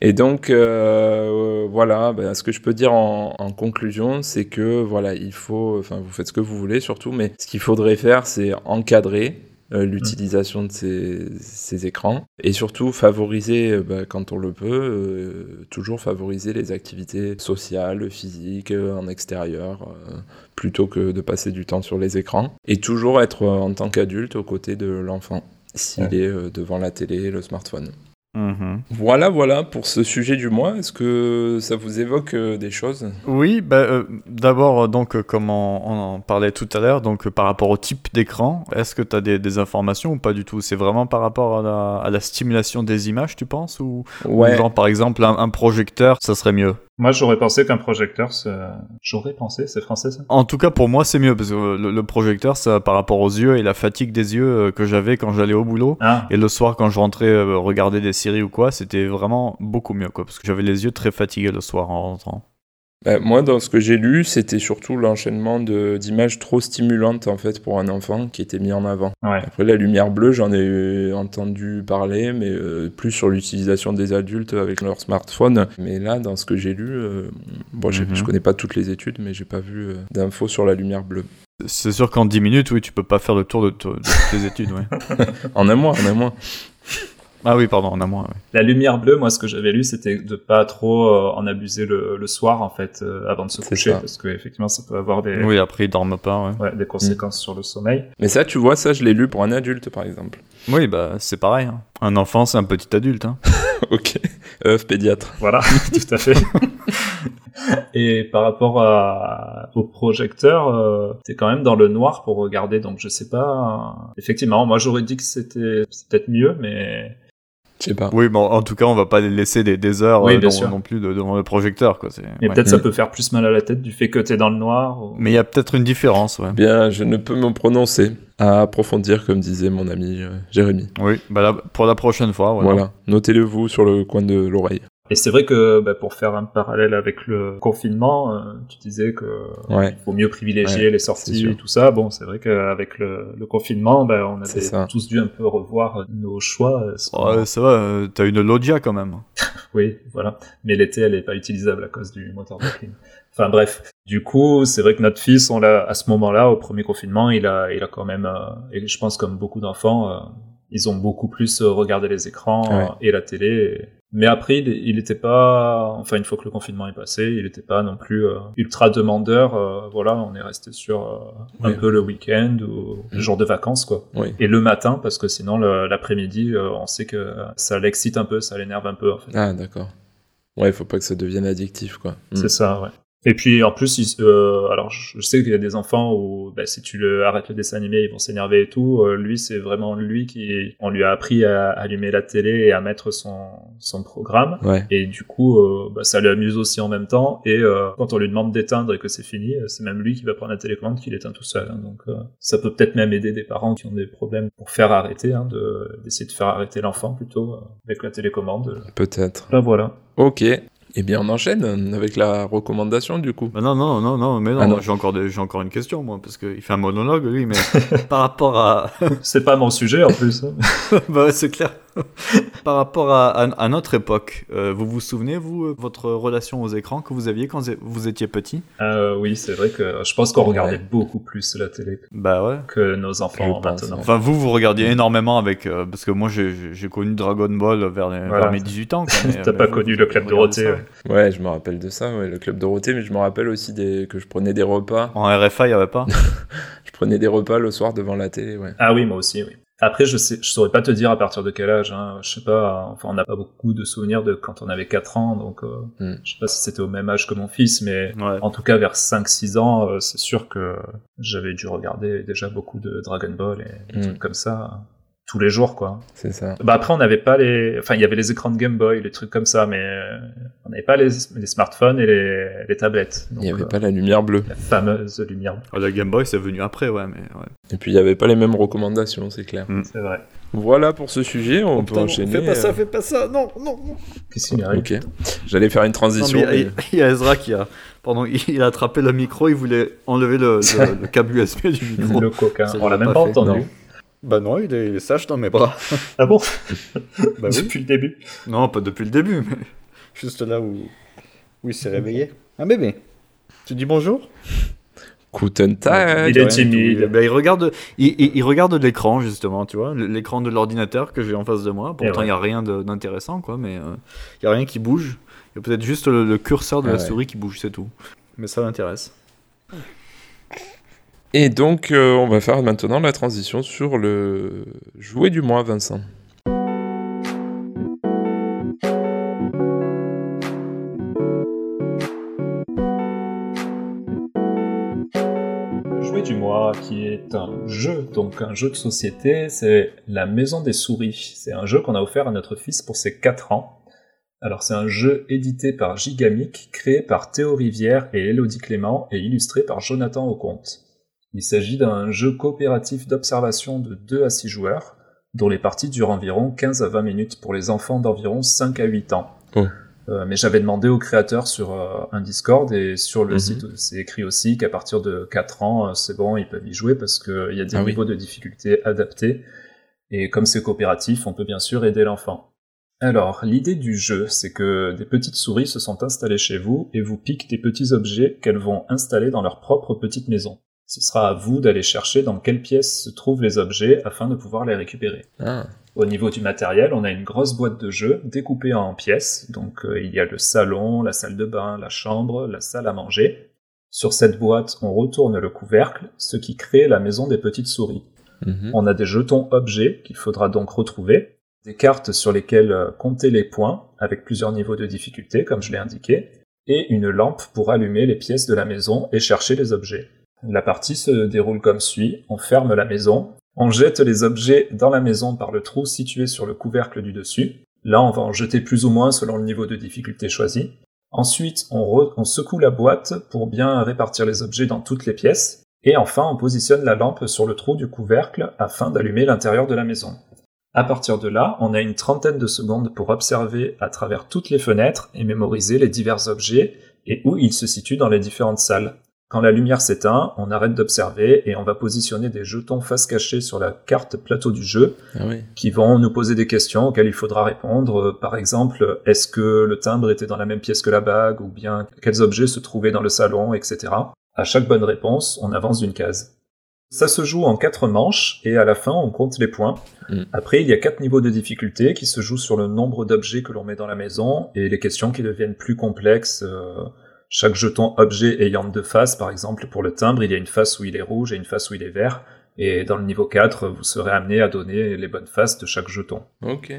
Speaker 4: Et donc, euh, euh, voilà, ben, ce que je peux dire en, en conclusion, c'est que, voilà, il faut, enfin, vous faites ce que vous voulez surtout, mais ce qu'il faudrait faire, c'est encadrer euh, l'utilisation de ces, ces écrans et surtout favoriser, euh, ben, quand on le peut, euh, toujours favoriser les activités sociales, physiques, euh, en extérieur, euh, plutôt que de passer du temps sur les écrans. Et toujours être, euh, en tant qu'adulte, aux côtés de l'enfant, s'il
Speaker 3: Ouais.
Speaker 4: est euh, devant la télé, le smartphone.
Speaker 2: Mhm.
Speaker 4: Voilà, voilà pour ce sujet du mois. Est-ce que ça vous évoque euh, des choses
Speaker 2: Oui, bah, euh, d'abord, euh, donc, euh, comme on, on en parlait tout à l'heure, donc euh, par rapport au type d'écran, est-ce que tu as des, des informations ou pas du tout C'est vraiment par rapport à la, à la stimulation des images, tu penses Ou ou genre, par exemple, un, un projecteur, ça serait mieux
Speaker 3: Moi, j'aurais pensé qu'un projecteur, ça- j'aurais pensé, c'est français ça
Speaker 2: En tout cas, pour moi, c'est mieux, parce que euh, le, le projecteur, ça, par rapport aux yeux et la fatigue des yeux euh, que j'avais quand j'allais au boulot,
Speaker 3: Ah,
Speaker 2: et le soir, quand je rentrais euh, regarder des séries ou quoi, c'était vraiment beaucoup mieux, quoi, parce que j'avais les yeux très fatigués le soir en rentrant.
Speaker 4: Bah, Moi, dans ce que j'ai lu, c'était surtout l'enchaînement de- d'images trop stimulantes en fait pour un enfant qui était mis en avant.
Speaker 3: ouais.
Speaker 4: Après, la lumière bleue, j'en ai euh, entendu parler, mais euh, plus sur l'utilisation des adultes avec leur smartphone. Mais là, dans ce que j'ai lu, euh, bon, j'ai-
Speaker 2: Mhm.
Speaker 4: je connais pas toutes les études, mais j'ai pas vu euh, d'infos sur la lumière bleue.
Speaker 2: C'est sûr qu'en 10 minutes, oui, tu peux pas faire le tour de, t- de toutes tes études, ouais.
Speaker 4: En un mois, en un mois.
Speaker 2: Ah oui, pardon, en a moins. ouais.
Speaker 3: La lumière bleue, moi, ce que j'avais lu, c'était de pas trop euh, en abuser le, le soir, en fait, euh, avant de se
Speaker 4: C'est
Speaker 3: coucher,
Speaker 4: ça.
Speaker 3: parce que effectivement, ça peut avoir des,
Speaker 2: Oui, après, ils dorment pas, ouais.
Speaker 3: ouais, des conséquences
Speaker 4: Mm.
Speaker 3: sur le sommeil.
Speaker 4: Mais ça, tu vois, ça, je l'ai lu pour un adulte, par exemple.
Speaker 2: Oui, bah, c'est pareil. hein. Un enfant, c'est un petit adulte. hein.
Speaker 4: ok, œuf pédiatre.
Speaker 3: Voilà, tout à fait. Et par rapport à, au projecteur, euh, t'es quand même dans le noir pour regarder, donc je sais pas. euh, Effectivement, moi j'aurais dit que c'était c'est peut-être mieux, mais
Speaker 4: Je sais pas.
Speaker 2: Oui, bon, en tout cas, on va pas les laisser des, des heures
Speaker 3: Oui,
Speaker 2: euh,
Speaker 3: bien
Speaker 2: non,
Speaker 3: sûr.
Speaker 2: non plus de- devant le projecteur, quoi. c'est-
Speaker 3: mais
Speaker 2: ouais.
Speaker 3: peut-être ça
Speaker 4: Mm.
Speaker 3: peut faire plus mal à la tête du fait que t'es dans le noir. ou-
Speaker 2: Mais il y a peut-être une différence, ouais.
Speaker 4: Bien, je ne peux me prononcer. À approfondir, comme disait mon ami euh, Jérémy.
Speaker 2: Oui, bah là, pour la prochaine fois, ouais.
Speaker 4: Voilà. Notez-le vous sur le coin de l'oreille.
Speaker 3: Et c'est vrai que bah, pour faire un parallèle avec le confinement, euh, tu disais que
Speaker 4: Ouais.
Speaker 3: faut mieux privilégier les
Speaker 4: c'est
Speaker 3: sorties
Speaker 4: sûr.
Speaker 3: et tout ça. Bon, c'est vrai qu'avec le, le confinement, bah, on
Speaker 4: C'est
Speaker 3: avait
Speaker 4: ça.
Speaker 3: tous dû un peu revoir nos choix. euh, ce qu'on-
Speaker 2: Ouais, ça va, euh, t'as une Logia quand même.
Speaker 3: Oui, voilà. Mais l'été, elle n'est pas utilisable à cause du moteur de clim. Enfin bref, du coup, c'est vrai que notre fils, on l'a à ce moment-là, au premier confinement, il a, il a quand même, euh, et je pense comme beaucoup d'enfants, euh, ils ont beaucoup plus euh, regardé les écrans
Speaker 4: Ouais.
Speaker 3: euh, et la télé. et- Mais après, il- il n'était pas, enfin une fois que le confinement est passé, il n'était pas non plus euh, ultra demandeur. euh, voilà, on est resté sur euh, un
Speaker 4: Oui.
Speaker 3: peu le week-end ou le
Speaker 4: Mhm.
Speaker 3: jour de vacances, quoi.
Speaker 4: Oui.
Speaker 3: Et le matin, parce que sinon le- l'après-midi, euh, on sait que ça l'excite un peu, ça l'énerve un peu. En fait.
Speaker 4: Ah, d'accord. Ouais, faut pas que ça devienne addictif, quoi. Mm.
Speaker 3: C'est ça, ouais. Et puis en plus, ils- euh, alors je je sais qu'il y a des enfants où bah, si tu le, arrêtes le dessin animé, ils vont s'énerver et tout. Euh, lui, c'est vraiment lui qui, on lui a appris à allumer la télé et à mettre son, son programme.
Speaker 4: Ouais.
Speaker 3: Et du coup, euh, bah, ça l'amuse aussi en même temps. Et euh, quand on lui demande d'éteindre et que c'est fini, euh, c'est même lui qui va prendre la télécommande qui l'éteint tout seul. hein. Donc euh, ça peut peut-être même aider des parents qui ont des problèmes pour faire arrêter, hein, de- d'essayer de, faire arrêter l'enfant plutôt euh, avec la télécommande.
Speaker 4: Peut-être.
Speaker 3: Là voilà.
Speaker 4: Ok. Eh bien, on enchaîne avec la recommandation, du coup.
Speaker 2: Bah non, non, non, non, mais non,
Speaker 4: Ah non.
Speaker 2: j'ai encore, des- j'ai encore une question, moi, parce qu'il fait un monologue, lui, mais par rapport à...
Speaker 3: c'est pas mon sujet en plus. hein.
Speaker 2: bah ouais, c'est clair. par rapport à, à, à notre époque, euh, vous vous souvenez, vous, euh, votre relation aux écrans que vous aviez quand vous étiez petit
Speaker 3: Euh, oui, c'est vrai que je pense qu'on
Speaker 4: Ouais.
Speaker 3: regardait beaucoup plus la télé
Speaker 2: Bah ouais.
Speaker 3: que nos enfants
Speaker 4: Je pense,
Speaker 3: maintenant.
Speaker 4: ouais.
Speaker 2: Enfin, vous, vous regardiez énormément avec. euh, parce que moi, j'ai- j'ai j'ai connu Dragon Ball vers, les-
Speaker 3: Voilà.
Speaker 2: vers mes 18 ans. quoi, mais,
Speaker 3: T'as
Speaker 2: mais
Speaker 3: pas
Speaker 2: vous,
Speaker 3: connu
Speaker 2: vous
Speaker 3: le club
Speaker 2: regardez
Speaker 3: Dorothée.
Speaker 2: ça.
Speaker 3: ouais.
Speaker 4: Ouais, je me rappelle de ça, ouais, le club Dorothée, mais je me rappelle aussi des... que je prenais des repas.
Speaker 2: En RFA, il n'y avait pas.
Speaker 4: Je prenais des repas le soir devant la télé, ouais.
Speaker 3: Ah oui, moi aussi, oui. Après, je sais, je saurais pas te dire à partir de quel âge. Hein. Je sais pas. Enfin, on n'a pas beaucoup de souvenirs de quand on avait 4 ans, donc euh,
Speaker 4: Hmm.
Speaker 3: je sais pas si c'était au même âge que mon fils, mais
Speaker 2: Ouais.
Speaker 3: en tout cas vers 5-6 ans, euh, c'est sûr que j'avais dû regarder déjà beaucoup de Dragon Ball et des
Speaker 4: Hmm.
Speaker 3: trucs comme ça tous les jours, quoi.
Speaker 4: C'est ça.
Speaker 3: Bah après, on n'avait pas les. Enfin, il y avait les écrans de Game Boy, les trucs comme ça, mais euh, on n'avait pas les, les smartphones et les, les tablettes.
Speaker 4: Il
Speaker 3: Donc,
Speaker 4: n'y avait
Speaker 3: euh,
Speaker 4: pas la lumière bleue.
Speaker 3: la fameuse lumière. bleue,
Speaker 2: Ah, La Game Boy, c'est venu après, ouais, mais ouais.
Speaker 4: Et puis il n'y avait pas les mêmes recommandations, c'est clair.
Speaker 3: C'est vrai.
Speaker 4: Voilà pour ce sujet, on peut enchaîner. euh,
Speaker 2: fais pas ça, non, non.
Speaker 3: Qu'est-ce qu'il arrive
Speaker 4: Ok. J'allais faire une transition. Ah mais- euh,
Speaker 2: il, il y a Ezra qui a, pardon, il il a attrapé le micro, il voulait enlever le, le- le câble USB du micro.
Speaker 3: Le coquin.
Speaker 2: Ça,
Speaker 3: On l'a
Speaker 2: j'ai pas
Speaker 3: même pas
Speaker 2: fait,
Speaker 3: entendu.
Speaker 4: non.
Speaker 2: Bah non, il est, il est sage dans mes bras.
Speaker 3: Ah bon
Speaker 2: Bah oui.
Speaker 3: Depuis le début.
Speaker 2: Non, pas depuis le début, mais juste là où, où il s'est réveillé. Un bébé. Tu dis bonjour
Speaker 4: Guten
Speaker 3: Il
Speaker 4: Tag.
Speaker 3: est
Speaker 2: Ouais,
Speaker 3: timide.
Speaker 2: tout. Eh ben, il regarde, il, il- il regarde l'écran justement, tu vois, l'écran de l'ordinateur que j'ai en face de moi. Pourtant, il
Speaker 3: ouais.
Speaker 2: n'y a rien de- d'intéressant, quoi, mais euh, il y a rien qui bouge. Il y a peut-être juste le, le curseur de
Speaker 4: Ah
Speaker 2: la
Speaker 4: ouais.
Speaker 2: souris qui bouge, c'est tout. Mais ça l'intéresse.
Speaker 4: Et donc, euh, on va faire maintenant la transition sur le jouet du mois, Vincent.
Speaker 3: Jouet du mois, qui est un jeu, donc un jeu de société, c'est La Maison des Souris. C'est un jeu qu'on a offert à notre fils pour ses 4 ans. Alors c'est un jeu édité par Gigamic, créé par Théo Rivière et Elodie Clément et illustré par Jonathan Aucompte. Il s'agit d'un jeu coopératif d'observation de 2 à 6 joueurs, dont les parties durent environ 15 à 20 minutes pour les enfants d'environ 5 à 8 ans.
Speaker 4: Oh.
Speaker 3: Euh, mais j'avais demandé aux créateurs sur euh, un Discord et sur le
Speaker 4: Mhm.
Speaker 3: site c'est écrit aussi qu'à partir de 4 ans, euh, c'est bon, ils peuvent y jouer parce qu'il y a des
Speaker 4: Ah oui.
Speaker 3: niveaux de difficulté adaptés. Et comme c'est coopératif, on peut bien sûr aider l'enfant. Alors, l'idée du jeu, c'est que des petites souris se sont installées chez vous et vous piquent des petits objets qu'elles vont installer dans leur propre petite maison. Ce sera à vous d'aller chercher dans quelle pièce se trouvent les objets afin de pouvoir les récupérer.
Speaker 4: Ah,
Speaker 3: Au niveau du matériel, on a une grosse boîte de jeu découpée en pièces. Donc euh, il y a le salon, la salle de bain, la chambre, la salle à manger. Sur cette boîte, on retourne le couvercle, ce qui crée la maison des petites souris.
Speaker 4: mhm.
Speaker 3: On a des jetons objets qu'il faudra donc retrouver, des cartes sur lesquelles euh, compter les points, avec plusieurs niveaux de difficulté, comme je l'ai indiqué, et une lampe pour allumer les pièces de la maison et chercher les objets. La partie se déroule comme suit, on ferme la maison, on jette les objets dans la maison par le trou situé sur le couvercle du dessus, là on va en jeter plus ou moins selon le niveau de difficulté choisi, Ensuite, on, re- on secoue la boîte pour bien répartir les objets dans toutes les pièces. Et enfin, on positionne la lampe sur le trou du couvercle afin d'allumer l'intérieur de la maison. À partir de là, on a une trentaine de secondes pour observer à travers toutes les fenêtres et mémoriser les divers objets et où ils se situent dans les différentes salles. Quand la lumière s'éteint, on arrête d'observer et on va positionner des jetons face cachée sur la carte plateau du jeu
Speaker 4: Ah oui.
Speaker 3: qui vont nous poser des questions auxquelles il faudra répondre. Euh, Par exemple, est-ce que le timbre était dans la même pièce que la bague ou bien quels objets se trouvaient dans le salon, etc. À chaque bonne réponse, on avance d'une case. Ça se joue en quatre manches et à la fin, on compte les points.
Speaker 4: Mm.
Speaker 3: Après, il y a quatre niveaux de difficulté qui se jouent sur le nombre d'objets que l'on met dans la maison et les questions qui deviennent plus complexes. euh, chaque jeton objet ayant deux faces, par exemple pour le timbre, il y a une face où il est rouge et une face où il est vert. Et dans le niveau 4, vous serez amené à donner les bonnes faces de chaque jeton.
Speaker 4: Ok.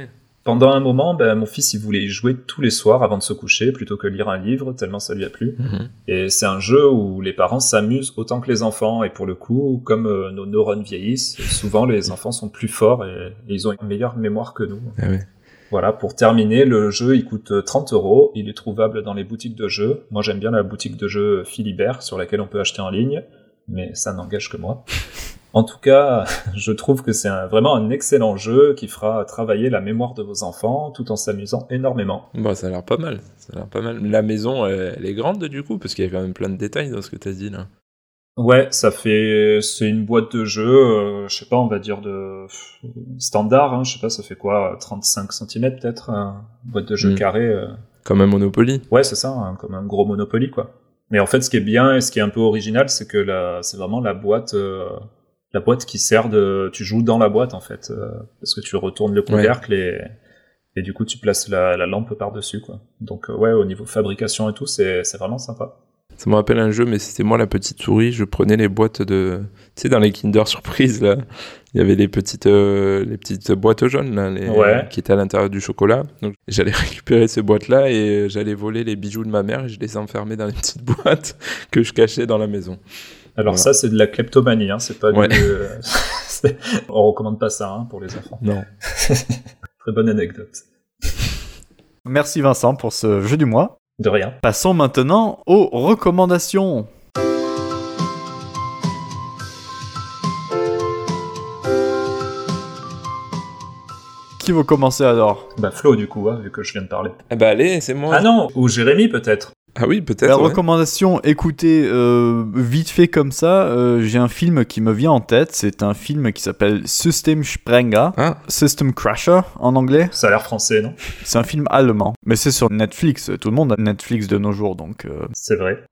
Speaker 3: Pendant un moment, ben, mon fils il voulait y jouer tous les soirs avant de se coucher plutôt que lire un livre, tellement ça lui a plu.
Speaker 4: Mhm.
Speaker 3: Et c'est un jeu où les parents s'amusent autant que les enfants. Et pour le coup, comme euh, nos neurones vieillissent, souvent les enfants sont plus forts et, et ils ont une meilleure mémoire que nous.
Speaker 4: Ah ouais.
Speaker 3: Voilà, pour terminer, le jeu il coûte 30 euros. Il est trouvable dans les boutiques de jeux. Moi j'aime bien la boutique de jeux Philibert sur laquelle on peut acheter en ligne, mais ça n'engage que moi. En tout cas, je trouve que c'est un- vraiment un excellent jeu qui fera travailler la mémoire de vos enfants tout en s'amusant énormément.
Speaker 4: Bon, ça a l'air pas mal. Ça a l'air pas mal. La maison, elle, elle est grande du coup, parce qu'il y a quand même plein de détails dans ce que t'as dit là.
Speaker 3: Ouais, ça fait, c'est une boîte de jeu, euh, je sais pas, on va dire de pff, standard, hein, je sais pas, ça fait quoi, 35 cm peut-être, hein, boîte de jeu
Speaker 4: Mm.
Speaker 3: carrée. euh,
Speaker 4: Comme un Monopoly.
Speaker 3: Ouais, c'est ça, hein, comme un gros Monopoly, quoi. Mais en fait, ce qui est bien et ce qui est un peu original, c'est que la, c'est vraiment la boîte, euh, la boîte qui sert de, tu joues dans la boîte, en fait, euh, parce que tu retournes le couvercle et, et du coup, tu places la, la lampe par-dessus, quoi. Donc, euh, ouais, au niveau fabrication et tout, c'est, c'est vraiment sympa.
Speaker 4: Ça me rappelle un jeu, mais c'était moi la petite souris. Je prenais les boîtes de. Tu sais, dans les Kinder Surprise, là. Il y avait les petites, euh, les petites boîtes jaunes là, les-
Speaker 3: Ouais.
Speaker 4: qui étaient à l'intérieur du chocolat. Donc j'allais récupérer ces boîtes-là et euh, j'allais voler les bijoux de ma mère et je les enfermais dans les petites boîtes que je cachais dans la maison.
Speaker 3: Alors
Speaker 4: Voilà.
Speaker 3: ça, c'est de la kleptomanie, hein, c'est pas
Speaker 4: Ouais.
Speaker 3: du... euh, c'est- On recommande pas ça hein, pour les enfants.
Speaker 4: Non.
Speaker 3: Très bonne anecdote.
Speaker 2: Merci Vincent pour ce jeu du mois.
Speaker 3: De rien.
Speaker 2: Passons maintenant aux recommandations. Qui veut commencer alors
Speaker 3: Bah Flo, du coup, hein, vu que je viens de parler.
Speaker 4: Ah bah allez, c'est moi.
Speaker 3: Ah non Ou Jérémy, peut-être
Speaker 4: Ah oui,
Speaker 2: La
Speaker 4: peut-être. ouais.
Speaker 2: recommandation, écoutez, euh, vite fait comme ça, euh, j'ai un film qui me vient en tête. C'est un film qui s'appelle System Sprenger,
Speaker 4: Ah,
Speaker 2: System Crasher en anglais.
Speaker 3: Ça a l'air français, non
Speaker 2: C'est un film allemand, mais c'est sur Netflix. Tout le monde a Netflix de nos jours, donc euh,
Speaker 3: C'est vrai.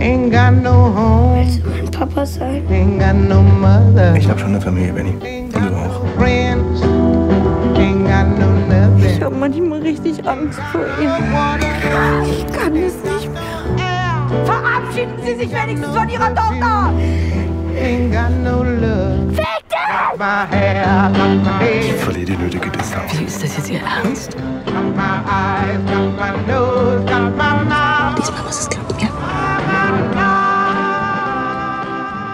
Speaker 1: Ain't got no home,
Speaker 5: Where's my Papa side?
Speaker 1: ain't got no mother,
Speaker 6: Ich habe schon eine Familie, Benny.
Speaker 1: ain't got
Speaker 6: Und du auch.
Speaker 1: no friends, ain't got no nothing.
Speaker 5: Ich habe manchmal richtig Angst vor ihm. Ich kann es nicht mehr. Verabschieden Sie sich wenigstens von Ihrer Tochter!
Speaker 1: Ain't got no love. Got my hair, got my head,
Speaker 6: Verlieh die nötige Distanz.
Speaker 7: Ist das jetzt Ihr Ernst?
Speaker 1: got my eyes, got my nose, got my mouth.
Speaker 7: Diesmal muss es klappen, ja?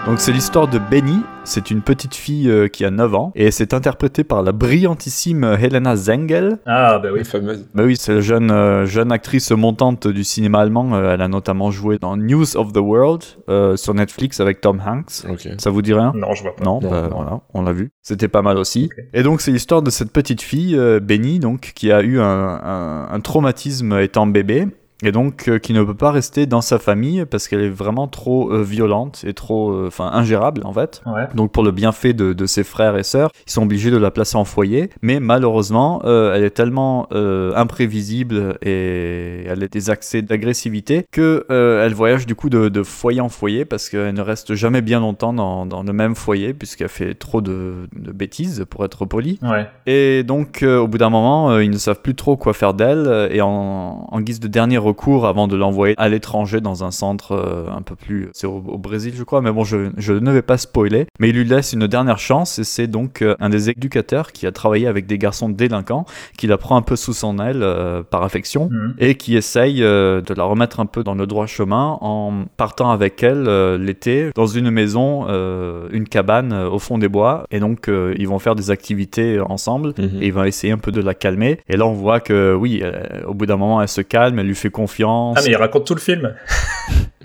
Speaker 2: Donc c'est l'histoire de Benny, c'est une petite fille euh, qui a 9 ans et c'est interprété par la brillantissime euh, Helena Zengel.
Speaker 3: Ah bah oui.
Speaker 4: les fameuses.
Speaker 2: Bah oui, c'est la jeune, euh, jeune actrice montante du cinéma allemand, Euh, elle a notamment joué dans News of the World euh, sur Netflix avec Tom Hanks.
Speaker 4: Ok.
Speaker 2: Ça vous dit rien
Speaker 3: Non, je vois pas.
Speaker 2: non,
Speaker 4: Non,
Speaker 2: bah,
Speaker 4: non.
Speaker 2: voilà, on l'a vu. C'était pas mal aussi. Et donc, c'est l'histoire de cette petite fille, euh, Benny, donc, qui a eu un, un- un traumatisme étant bébé. Et donc, euh, qui ne peut pas rester dans sa famille parce qu'elle est vraiment trop euh, violente et trop, euh, enfin, ingérable en fait.
Speaker 3: Ouais.
Speaker 2: Donc pour le bienfait de, de ses frères et sœurs, ils sont obligés de la placer en foyer. Mais malheureusement, euh, elle est tellement euh, imprévisible et elle a des accès d'agressivité que euh, elle voyage du coup de, de foyer en foyer parce qu'elle ne reste jamais bien longtemps dans, dans le même foyer puisqu'elle fait trop de, de bêtises pour être polie.
Speaker 3: Ouais.
Speaker 2: Et donc euh, au bout d'un moment, euh, ils ne savent plus trop quoi faire d'elle euh, et en, en guise de dernier recours avant de l'envoyer à l'étranger dans un centre euh, un peu plus... C'est au, au Brésil je crois, mais bon je, je ne vais pas spoiler. Mais il lui laisse une dernière chance et c'est donc euh, un des éducateurs qui a travaillé avec des garçons délinquants qui la prend un peu sous son aile euh, par affection
Speaker 3: Mhm.
Speaker 2: et qui essaye euh, de la remettre un peu dans le droit chemin en partant avec elle euh, l'été dans une maison, euh, une cabane euh, au fond des bois. Et donc, euh, ils vont faire des activités ensemble.
Speaker 4: Mhm.
Speaker 2: Et il va essayer un peu de la calmer. Et là, on voit que oui, euh, au bout d'un moment, elle se calme, elle lui fait confiance.
Speaker 3: Ah mais il raconte tout le film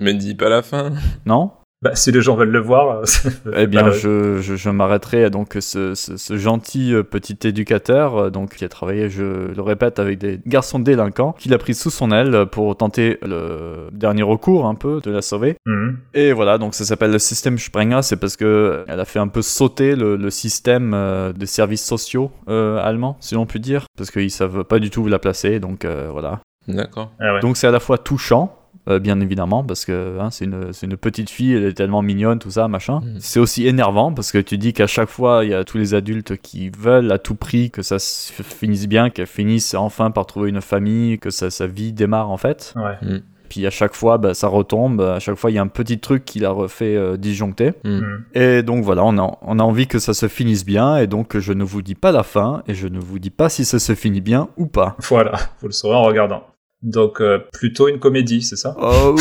Speaker 4: Mais dis pas la fin.
Speaker 2: Non
Speaker 3: Bah si les gens veulent le voir... euh, c'est-
Speaker 2: Eh bien,
Speaker 3: bah,
Speaker 2: je, je, je m'arrêterai à donc ce, ce, ce gentil euh, petit éducateur euh, donc, qui a travaillé, je le répète, avec des garçons délinquants, qu'il a pris sous son aile pour tenter le dernier recours un peu de la sauver.
Speaker 3: Mhm.
Speaker 2: Et voilà, donc ça s'appelle le système Sprenger, c'est parce que elle a fait un peu sauter le, le système euh, des services sociaux euh, allemands, si l'on peut dire, parce qu'ils savent pas du tout où la placer, donc euh, voilà.
Speaker 4: D'accord.
Speaker 3: Ah ouais.
Speaker 2: Donc c'est à la fois touchant, euh, bien évidemment, parce que hein, c'est une, c'est une petite fille, elle est tellement mignonne, tout ça, machin.
Speaker 4: Mm.
Speaker 2: C'est aussi énervant, parce que tu dis qu'à chaque fois, il y a tous les adultes qui veulent à tout prix que ça se finisse bien, qu'elle finisse enfin par trouver une famille, que sa, sa vie démarre en fait.
Speaker 3: Ouais.
Speaker 2: Puis à chaque fois, bah, ça retombe, à chaque fois, il y a un petit truc qui la refait euh, disjoncter.
Speaker 3: Mhm.
Speaker 2: Et donc voilà, on a, on a envie que ça se finisse bien, et donc je ne vous dis pas la fin, et je ne vous dis pas si ça se finit bien ou pas.
Speaker 3: Voilà, vous le saurez en regardant. Donc euh, plutôt une comédie, c'est ça
Speaker 2: Oh,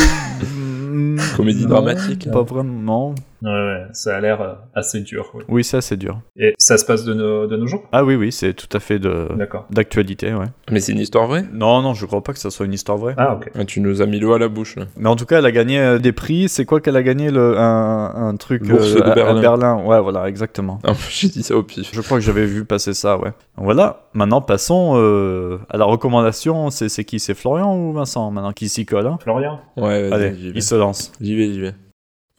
Speaker 2: mm,
Speaker 4: Comédie
Speaker 2: non,
Speaker 4: dramatique.
Speaker 2: Pas vraiment.
Speaker 3: ouais, ouais, ça a l'air euh, assez dur. ouais.
Speaker 2: Oui, ça c'est dur.
Speaker 3: Et ça se passe de nos, de nos jours
Speaker 2: Ah oui, oui, c'est tout à fait de
Speaker 3: D'accord.
Speaker 2: d'actualité, ouais.
Speaker 4: Mais c'est une histoire vraie.
Speaker 2: Non, non, je crois pas que ça soit une histoire vraie.
Speaker 3: Ah ok.
Speaker 4: Ah, tu nous as mis l'eau à la bouche là.
Speaker 2: Mais en tout cas, elle a gagné euh, des prix. C'est quoi qu'elle a gagné le, un, un truc euh,
Speaker 4: Bourse de
Speaker 2: à- à
Speaker 4: Berlin.
Speaker 2: Ouais, voilà, exactement.
Speaker 4: Ah, J'ai dit ça au pif.
Speaker 2: Je crois que j'avais vu passer ça, ouais. Donc Voilà, maintenant passons euh, à la recommandation. C'est c'est qui C'est Florian ou Vincent maintenant qui s'y colle hein
Speaker 3: Florian
Speaker 4: Ouais, vas-y,
Speaker 2: Allez,
Speaker 4: j'y vais.
Speaker 2: il se lance.
Speaker 4: J'y vais, j'y vais.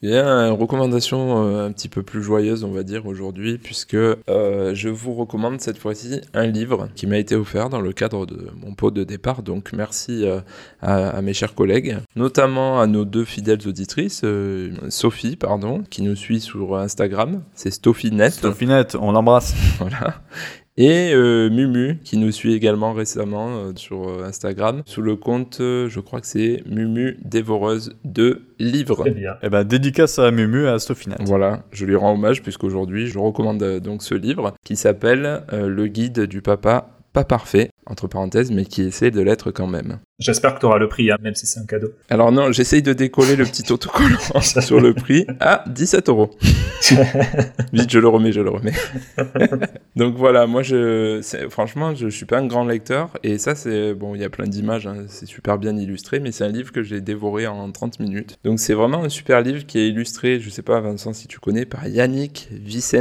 Speaker 4: Il y a une recommandation euh, un petit peu plus joyeuse, on va dire, aujourd'hui, puisque euh, je vous recommande cette fois-ci un livre qui m'a été offert dans le cadre de mon pot de départ. Donc merci euh, à, à mes chers collègues, notamment à nos deux fidèles auditrices, euh, Sophie, pardon, qui nous suit sur Instagram, c'est StophieNet.
Speaker 2: Stophinette, on l'embrasse.
Speaker 4: Voilà. Et euh, Mumu, qui nous suit également récemment euh, sur euh, Instagram, sous le compte, euh, je crois que c'est Mumu Dévoreuse de Livres.
Speaker 3: Très bien.
Speaker 2: Eh ben, dédicace à Mumu et à Sofinat.
Speaker 4: Voilà, je lui rends hommage puisqu'aujourd'hui je recommande euh, donc ce livre qui s'appelle euh, Le guide du papa pas parfait, entre parenthèses, mais qui essaie de l'être quand même.
Speaker 3: J'espère que t'auras le prix, hein, même si c'est un cadeau.
Speaker 4: Alors non, j'essaye de décoller le petit autocollant sur le prix à 17 euros. Vite, je le remets, je le remets. Donc voilà, moi, je, c'est- franchement, je, suis pas un grand lecteur. Et ça, c'est. Bon, il y a plein d'images, hein, c'est super bien illustré, mais c'est un livre que j'ai dévoré en 30 minutes. Donc c'est vraiment un super livre qui est illustré, je sais pas, Vincent, si tu connais, par Yannick Vicente.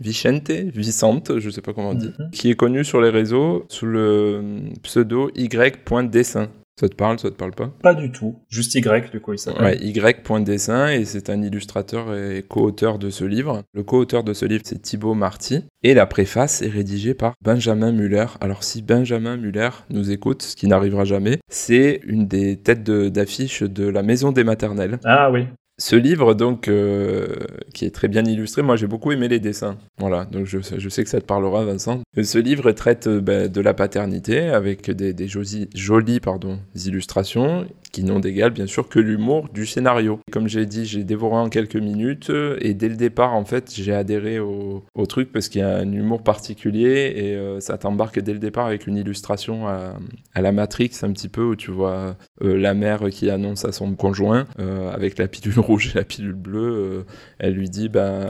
Speaker 4: Vicente, Vicente, je sais pas comment on dit, qui est connu sur les réseaux sous le pseudo Y.dessin. Ça te parle, ça te parle pas
Speaker 3: Pas du tout. Juste Y, du coup, il s'appelle.
Speaker 4: Ouais, Y point dessin et c'est un illustrateur et co-auteur de ce livre. Le co-auteur de ce livre, c'est Thibaut Marty et la préface est rédigée par Benjamin Muller. Alors si Benjamin Muller nous écoute, ce qui n'arrivera jamais, c'est une des têtes de- d'affiche de la Maison des Maternelles.
Speaker 3: Ah oui.
Speaker 4: Ce livre, donc, euh, qui est très bien illustré, moi j'ai beaucoup aimé les dessins. Voilà, donc je, je sais que ça te parlera, Vincent. Euh, Ce livre traite euh, ben, de la paternité avec des, des josi- jolies pardon, illustrations qui n'ont d'égal, bien sûr, que l'humour du scénario. Comme j'ai dit, j'ai dévoré en quelques minutes euh, et dès le départ, en fait, j'ai adhéré au, au truc parce qu'il y a un humour particulier et euh, ça t'embarque dès le départ avec une illustration à, à la Matrix, un petit peu, où tu vois euh, la mère qui annonce à son conjoint euh, avec la pilule rouge et la pilule bleue, euh, elle lui dit ben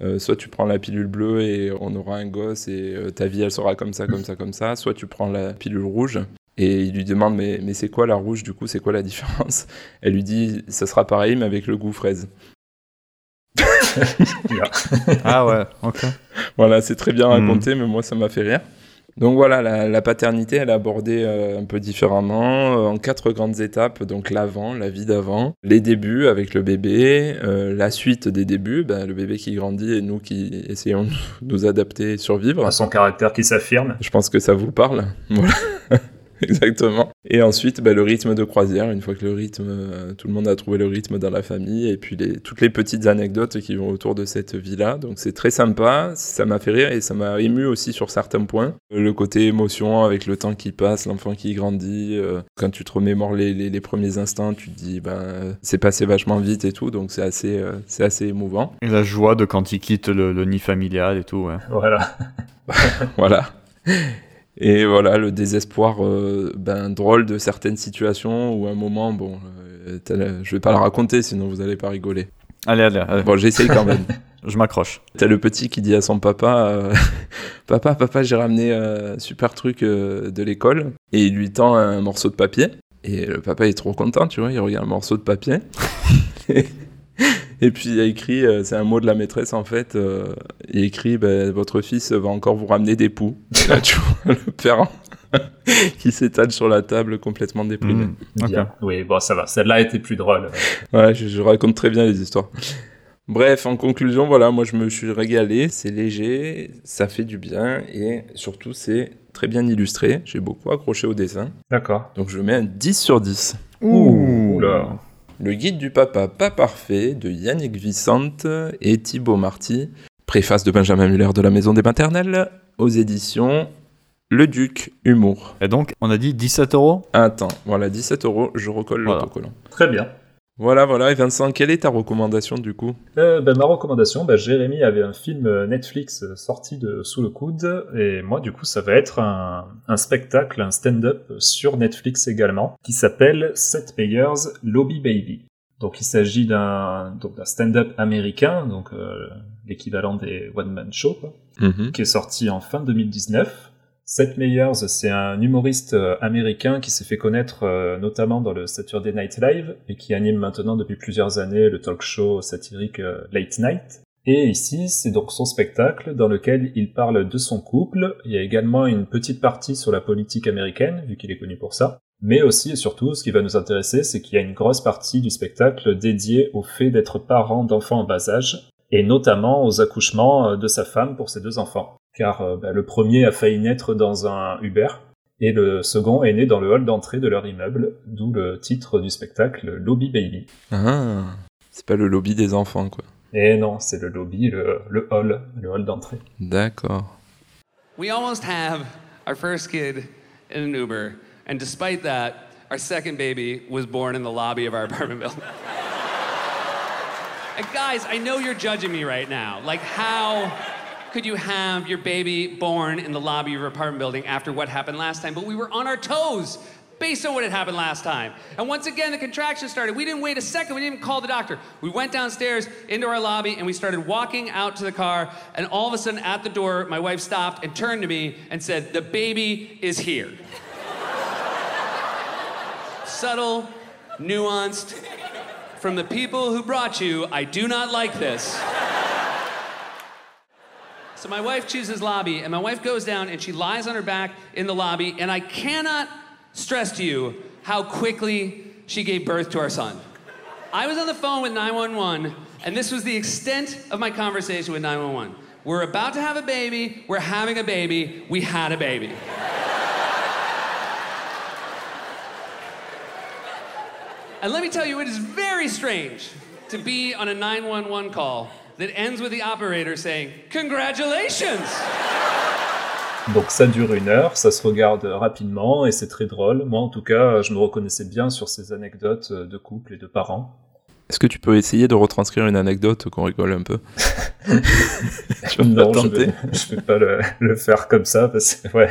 Speaker 4: euh, soit tu prends la pilule bleue et on aura un gosse et euh, ta vie elle sera comme ça, comme ça, comme ça, soit tu prends la pilule rouge. Et il lui demande mais, mais c'est quoi la rouge du coup, c'est quoi la différence Elle lui dit ça sera pareil mais avec le goût fraise.
Speaker 2: Ah ouais, ok.
Speaker 4: Voilà, c'est très bien
Speaker 2: Mhm.
Speaker 4: raconté, mais moi, ça m'a fait rire. Donc voilà, la, la paternité, elle est abordée euh, un peu différemment, euh, en quatre grandes étapes. Donc l'avant, la vie d'avant, les débuts avec le bébé, euh, la suite des débuts, ben, le bébé qui grandit et nous qui essayons de nous adapter et survivre.
Speaker 3: Son caractère qui s'affirme.
Speaker 4: Je pense que ça vous parle. Voilà. Exactement. Et ensuite, bah, le rythme de croisière. Une fois que le rythme, euh, tout le monde a trouvé le rythme dans la famille, et puis les, toutes les petites anecdotes qui vont autour de cette vie-là. Donc c'est très sympa. Ça m'a fait rire et ça m'a ému aussi sur certains points. Euh, Le côté émotion avec le temps qui passe, l'enfant qui grandit. euh, quand tu te remémores les, les- les premiers instants, tu te dis, ben, euh, c'est passé vachement vite et tout. Donc c'est assez, euh, c'est assez émouvant.
Speaker 2: Et la joie de quand il quitte le, le nid familial et tout, ouais.
Speaker 3: Voilà.
Speaker 4: voilà. Et voilà, le désespoir euh, ben, drôle de certaines situations ou un moment, bon, euh, t'as le- je vais pas le raconter sinon vous allez pas rigoler.
Speaker 2: Allez, allez, allez,
Speaker 4: Bon, j'essaye quand même.
Speaker 2: je m'accroche.
Speaker 4: T'as le petit qui dit à son papa euh, Papa, papa, j'ai ramené euh, un super truc euh, de l'école. Et il lui tend un morceau de papier. Et le papa est trop content, tu vois, il regarde le morceau de papier. Et puis il y a écrit, euh, c'est un mot de la maîtresse en fait, euh, il y a écrit ben, Votre fils va encore vous ramener des poux. Et là, tu vois le père qui s'étale sur la table complètement déprimé.
Speaker 2: Mm.
Speaker 3: Bien. Oui, bon, ça va. Celle-là était plus drôle.
Speaker 4: Ouais, je, je raconte très bien les histoires. Bref, en conclusion, voilà, moi je me suis régalé, c'est léger, ça fait du bien et surtout c'est très bien illustré. J'ai beaucoup accroché au dessin,
Speaker 3: D'accord.
Speaker 4: donc je mets un 10 sur 10.
Speaker 2: Ouh
Speaker 3: Oula.
Speaker 4: Le guide du papa pas parfait de Yannick Vicente et Thibaut Marty, préface de Benjamin Muller de la Maison des Maternelles aux éditions Le Duc Humour.
Speaker 2: Et donc, on a dit 17 euros
Speaker 4: Attends, voilà 17 euros, je recolle
Speaker 2: Voilà.
Speaker 4: l'autocollant.
Speaker 3: Très bien.
Speaker 4: Voilà, voilà, et Vincent, quelle est ta recommandation du coup
Speaker 3: Euh, ben, ma recommandation, ben, Jérémy avait un film euh, Netflix euh, sorti de sous le coude, et moi du coup ça va être un, un spectacle, un stand-up sur Netflix également, qui s'appelle Set Payers Lobby Baby. Donc il s'agit d'un donc, d'un stand-up américain, donc euh, l'équivalent des One Man Show, quoi,
Speaker 4: Mhm.
Speaker 3: qui est sorti en fin 2019. Seth Meyers, c'est un humoriste euh, américain qui s'est fait connaître euh, notamment dans le Saturday Night Live et qui anime maintenant depuis plusieurs années le talk show satirique euh, Late Night. Et ici, c'est donc son spectacle dans lequel il parle de son couple. Il y a également une petite partie sur la politique américaine, vu qu'il est connu pour ça. Mais aussi et surtout, ce qui va nous intéresser, c'est qu'il y a une grosse partie du spectacle dédiée au fait d'être parent d'enfants en bas âge, et notamment aux accouchements euh, de sa femme pour ses deux enfants. Car euh, bah, le premier a failli naître dans un Uber, et le second est né dans le hall d'entrée de leur immeuble, d'où le titre du spectacle Lobby Baby.
Speaker 4: Ah, c'est pas le lobby des enfants, quoi.
Speaker 3: Et non, c'est le lobby, le, le hall, le hall d'entrée.
Speaker 4: D'accord.
Speaker 8: We almost have our first kid in an Uber, and despite that, our second baby was born in the lobby of our apartment building. and Uh, guys, I know you're judging me right now. Like, how could you have your baby born in the lobby of your apartment building after what happened last time? But we were on our toes based on what had happened last time. And once again, the contraction started. We didn't wait a second. We didn't even call the doctor. We went downstairs into our lobby and we started walking out to the car. And all of a sudden, at the door, my wife stopped and turned to me and said, The baby is here. Subtle, nuanced. From the people who brought you, I do not like this. So my wife chooses lobby, and my wife goes down and she lies on her back in the lobby, and I cannot stress to you how quickly she gave birth to our son. I was on the phone with 911, and this was the extent of my conversation with 911. We're about to have a baby, we're having a baby, we had a baby. And let me tell you, it is very strange to be on a 911 call that ends with the operator saying, Congratulations!
Speaker 3: Donc ça dure une heure, ça se regarde rapidement et c'est très drôle. Moi en tout cas, je me reconnaissais bien sur ces anecdotes euh, de couple et de parents.
Speaker 4: Est-ce que tu peux essayer de retranscrire une anecdote qu'on rigole un peu Tu vas me la
Speaker 3: Non, je
Speaker 4: tenter
Speaker 3: vais- je vais pas le, le faire comme ça parce que ouais,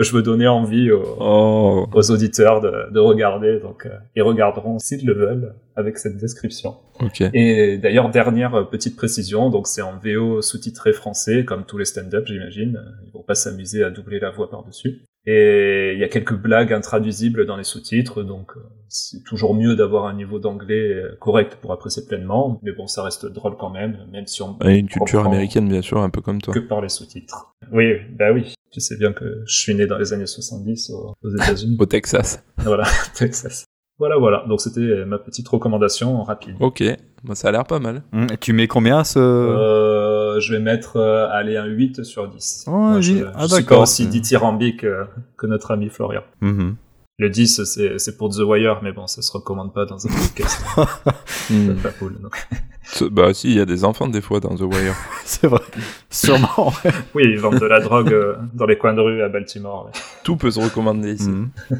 Speaker 3: je veux donner envie aux,
Speaker 4: Oh
Speaker 3: aux auditeurs de, de regarder. Donc euh, ils regarderont s'ils le veulent avec cette description.
Speaker 4: Ok.
Speaker 3: Et d'ailleurs, dernière petite précision, donc c'est en VO sous-titré français, comme tous les stand-up, j'imagine. Ils vont pas s'amuser à doubler la voix par-dessus. Et il y a quelques blagues intraduisibles dans les sous-titres, donc euh, c'est toujours mieux d'avoir un niveau d'anglais euh, correct pour apprécier pleinement. Mais bon, ça reste drôle quand même, même si on
Speaker 4: Et une culture
Speaker 3: comprend
Speaker 4: américaine, bien sûr, un peu comme toi.
Speaker 3: que par les sous-titres. Oui, oui, bah oui. Tu sais bien que je suis né dans les années 70 aux aux États-Unis.
Speaker 4: Au Texas.
Speaker 3: voilà, Texas. Voilà, voilà. Donc c'était euh, ma petite recommandation rapide.
Speaker 4: Ok. Bah, ça a l'air pas mal.
Speaker 2: Hum, et tu mets combien à ce.
Speaker 3: Euh, je vais mettre euh, allez, un 8 sur 10.
Speaker 2: Ouais,
Speaker 3: Moi, je
Speaker 2: j'ai- ah,
Speaker 3: je suis pas
Speaker 2: d'accord.
Speaker 3: aussi dithyrambique euh, que notre ami Florian.
Speaker 2: Mhm.
Speaker 3: Le 10, c'est c'est pour The Wire, mais bon, ça se recommande pas dans un podcast.
Speaker 4: Hmm.
Speaker 3: pas cool. non.
Speaker 4: Ce- Bah si, il y a des enfants des fois dans The Wire.
Speaker 2: C'est vrai. Sûrement. ouais.
Speaker 3: Oui, ils vendent de la drogue euh, dans les coins de rue à Baltimore. ouais.
Speaker 4: Tout peut se recommander ici.
Speaker 2: Mhm.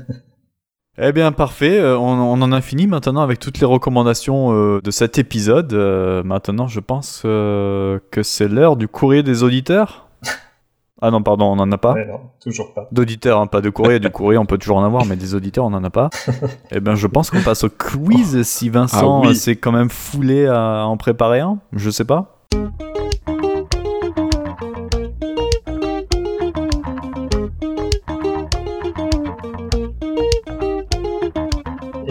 Speaker 2: Eh bien, parfait. Euh, On, on en a fini maintenant avec toutes les recommandations euh, de cet épisode. Euh, maintenant, je pense euh, que c'est l'heure du courrier des auditeurs. Ah non, pardon, on n'en a pas.
Speaker 3: Mais non, toujours pas.
Speaker 2: D'auditeurs, hein, pas de courrier. Du courrier, on peut toujours en avoir, mais des auditeurs, on n'en a pas. Eh bien, je pense qu'on passe au quiz si Vincent
Speaker 4: Ah oui.
Speaker 2: euh, s'est quand même foulé à en préparer un. Je sais pas.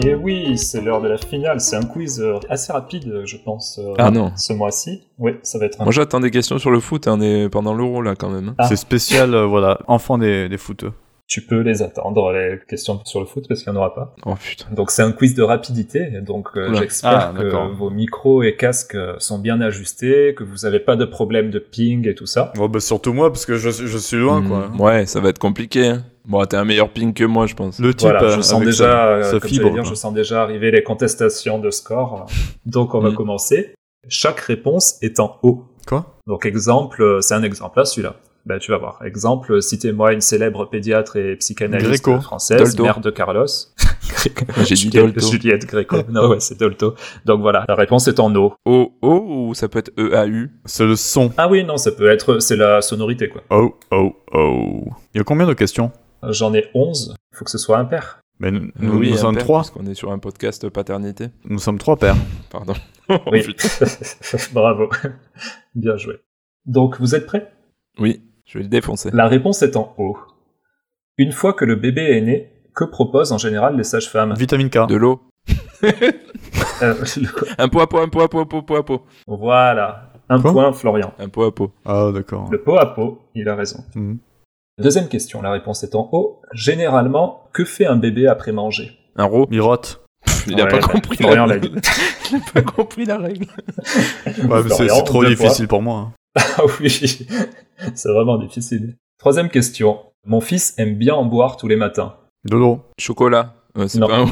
Speaker 3: Et oui, c'est l'heure de la finale. C'est un quiz euh, assez rapide, je pense, euh,
Speaker 4: Ah non.
Speaker 3: ce mois-ci. Oui, ça va être un
Speaker 4: Moi j'attends des questions sur le foot, hein, on est pendant l'euro là quand même. hein.
Speaker 3: Ah.
Speaker 2: C'est spécial, euh, voilà. Enfant des, des footeux.
Speaker 3: Tu peux les attendre, les questions sur le foot, parce qu'il n'y en aura pas.
Speaker 4: Oh putain.
Speaker 3: Donc c'est un quiz de rapidité, donc euh,
Speaker 4: Oula.
Speaker 3: j'espère
Speaker 2: Ah, d'accord.
Speaker 3: que vos micros et casques euh, sont bien ajustés, que vous n'avez pas de problème de ping et tout ça.
Speaker 2: Ouais, bah, surtout moi, parce que je, je suis
Speaker 4: Hmm, Ouais, ça va être compliqué. hein. Bon, t'es un meilleur ping que moi, je pense.
Speaker 2: Le type,
Speaker 3: Voilà, je
Speaker 2: euh,
Speaker 3: sens
Speaker 2: avec
Speaker 3: déjà,
Speaker 2: sa-
Speaker 3: euh,
Speaker 2: sa
Speaker 3: comme j'allais
Speaker 2: fibre,
Speaker 3: dire,
Speaker 2: quoi.
Speaker 3: je sens déjà arriver les contestations de score. Donc on va
Speaker 4: Mm.
Speaker 3: commencer. Chaque réponse est en haut.
Speaker 2: Quoi
Speaker 3: Donc exemple, euh, c'est un exemple là, celui-là. Ben, tu vas voir. Exemple, citez-moi une célèbre pédiatre et psychanalyste
Speaker 2: Gréco.
Speaker 3: française,
Speaker 4: Dolto.
Speaker 3: mère de Carlos.
Speaker 4: J'ai dit
Speaker 3: Juliette-
Speaker 4: Dolto.
Speaker 3: Juliette Gréco. non, ouais, c'est Dolto. Donc voilà, la réponse est en eau.
Speaker 4: O O ou Oh, ça peut être E A U.
Speaker 2: C'est le son.
Speaker 3: Ah oui, non, ça peut être, c'est la sonorité, quoi.
Speaker 2: Oh, oh, oh. Il y a combien de questions
Speaker 3: J'en ai 11, il faut que ce soit impair.
Speaker 2: ben, Nous, nous-
Speaker 4: Oui,
Speaker 2: nous
Speaker 4: un
Speaker 2: sommes
Speaker 4: père,
Speaker 2: trois.
Speaker 4: Parce qu'on est sur un podcast paternité.
Speaker 2: Nous sommes trois pères.
Speaker 4: Pardon.
Speaker 3: Oui. Bravo. Bien joué. Donc, vous êtes prêts
Speaker 4: Oui, je vais le défoncer.
Speaker 3: La réponse est en haut. Une fois que le bébé est né, que proposent en général les sages-femmes
Speaker 2: Vitamine K.
Speaker 4: De l'eau.
Speaker 3: Euh, le-
Speaker 4: Un pot à pot, un pot à pot, pot, pot à pot.
Speaker 3: Voilà. Un
Speaker 2: Quoi
Speaker 3: point, Florian.
Speaker 4: Un pot à pot.
Speaker 2: Ah, d'accord.
Speaker 3: Le pot à pot, il a raison.
Speaker 2: Mhm.
Speaker 3: Deuxième question, la réponse est en haut. Généralement, que fait un bébé après manger
Speaker 4: Un ro.
Speaker 2: Il rote.
Speaker 4: Il a
Speaker 3: Ouais,
Speaker 4: pas
Speaker 3: bah,
Speaker 4: compris
Speaker 3: Florian
Speaker 4: la
Speaker 3: l'a
Speaker 4: règle. Il a pas compris la règle.
Speaker 2: Ouais, mais c'est
Speaker 3: Florian,
Speaker 2: c'est trop
Speaker 3: deux fois.
Speaker 2: difficile pour moi. hein.
Speaker 3: Ah oui, c'est vraiment difficile. Troisième question. Mon fils aime bien en boire tous les matins.
Speaker 2: De l'eau.
Speaker 4: Chocolat. Euh, c'est
Speaker 3: Non.
Speaker 4: pas un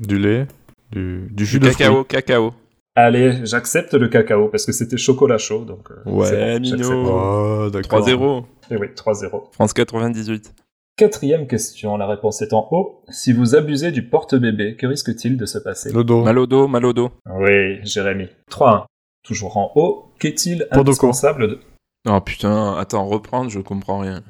Speaker 2: Du lait. Du, du jus de
Speaker 4: Cacao, cacao.
Speaker 3: Allez, j'accepte le cacao parce que c'était chocolat chaud, donc. euh,
Speaker 4: Ouais,
Speaker 3: c'est bon,
Speaker 4: Mino.
Speaker 3: j'accepte.
Speaker 2: fruits. Oh, d'accord.
Speaker 4: 3-0.
Speaker 3: Et oui, 3-0.
Speaker 4: France 98.
Speaker 3: Quatrième question, la réponse est en haut. Si vous abusez du porte-bébé, que risque-t-il de se passer
Speaker 2: Dodo.
Speaker 4: Mal au dos, mal au dos.
Speaker 3: Oui, Jérémy. 3-1. Toujours en haut. Qu'est-il
Speaker 2: Podoko.
Speaker 3: indispensable de...
Speaker 4: Oh putain, attends, reprendre, je comprends rien.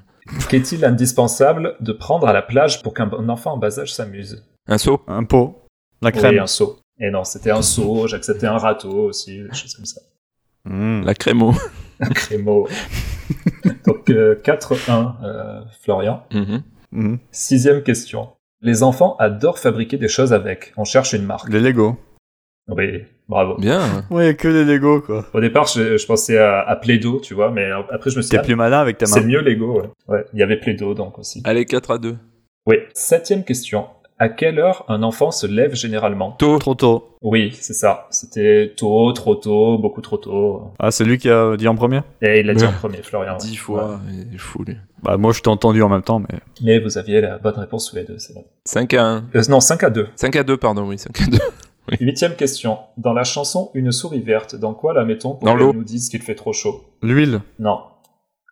Speaker 3: Qu'est-il indispensable de prendre à la plage pour qu'un enfant en bas âge s'amuse
Speaker 4: Un saut
Speaker 2: Un pot. La
Speaker 3: Oui,
Speaker 2: crème.
Speaker 3: un seau. Et non, c'était un seau, j'acceptais un râteau aussi, des choses comme ça.
Speaker 2: Mm.
Speaker 4: La crémo.
Speaker 3: Crémo. Donc euh, 4-1, euh, Florian.
Speaker 4: Mhm.
Speaker 2: Mm.
Speaker 3: Sixième question. Les enfants adorent fabriquer des choses avec. On cherche une marque.
Speaker 2: Les Lego.
Speaker 3: Oui, bravo.
Speaker 4: Bien.
Speaker 2: Ouais, que les Lego quoi.
Speaker 3: Au départ, je, je pensais à, à Play-Doh, tu vois, mais après je me suis
Speaker 2: T'es
Speaker 3: dit,
Speaker 2: plus malin avec
Speaker 3: ah,
Speaker 2: ta
Speaker 3: c'est
Speaker 2: main.
Speaker 3: mieux Lego, ouais. Ouais, il y avait Play-Doh donc aussi.
Speaker 4: Allez, 4 à 2.
Speaker 3: Oui, septième question. À quelle heure un enfant se lève généralement
Speaker 4: Tôt.
Speaker 2: Trop tôt.
Speaker 3: Oui, c'est ça. C'était tôt, trop tôt, beaucoup trop tôt.
Speaker 2: Ah, c'est lui qui a dit en premier
Speaker 3: Et il l'a dit en premier, Florian.
Speaker 4: 10
Speaker 3: Ah ouais. Ouais.
Speaker 4: fois. Il est fou, lui.
Speaker 2: Bah, moi je t'ai entendu en même temps, mais.
Speaker 3: Mais vous aviez la bonne réponse tous les deux, c'est vrai.
Speaker 4: 5 à 1.
Speaker 3: Euh, non, 5 à 2.
Speaker 4: 5 à 2, pardon, oui, 5 à 2.
Speaker 3: Huitième question. Dans la chanson Une souris verte, dans quoi la mettons pour
Speaker 4: Dans l'eau.
Speaker 3: qu'elle nous dise qu'il fait trop chaud
Speaker 2: L'huile.
Speaker 3: Non.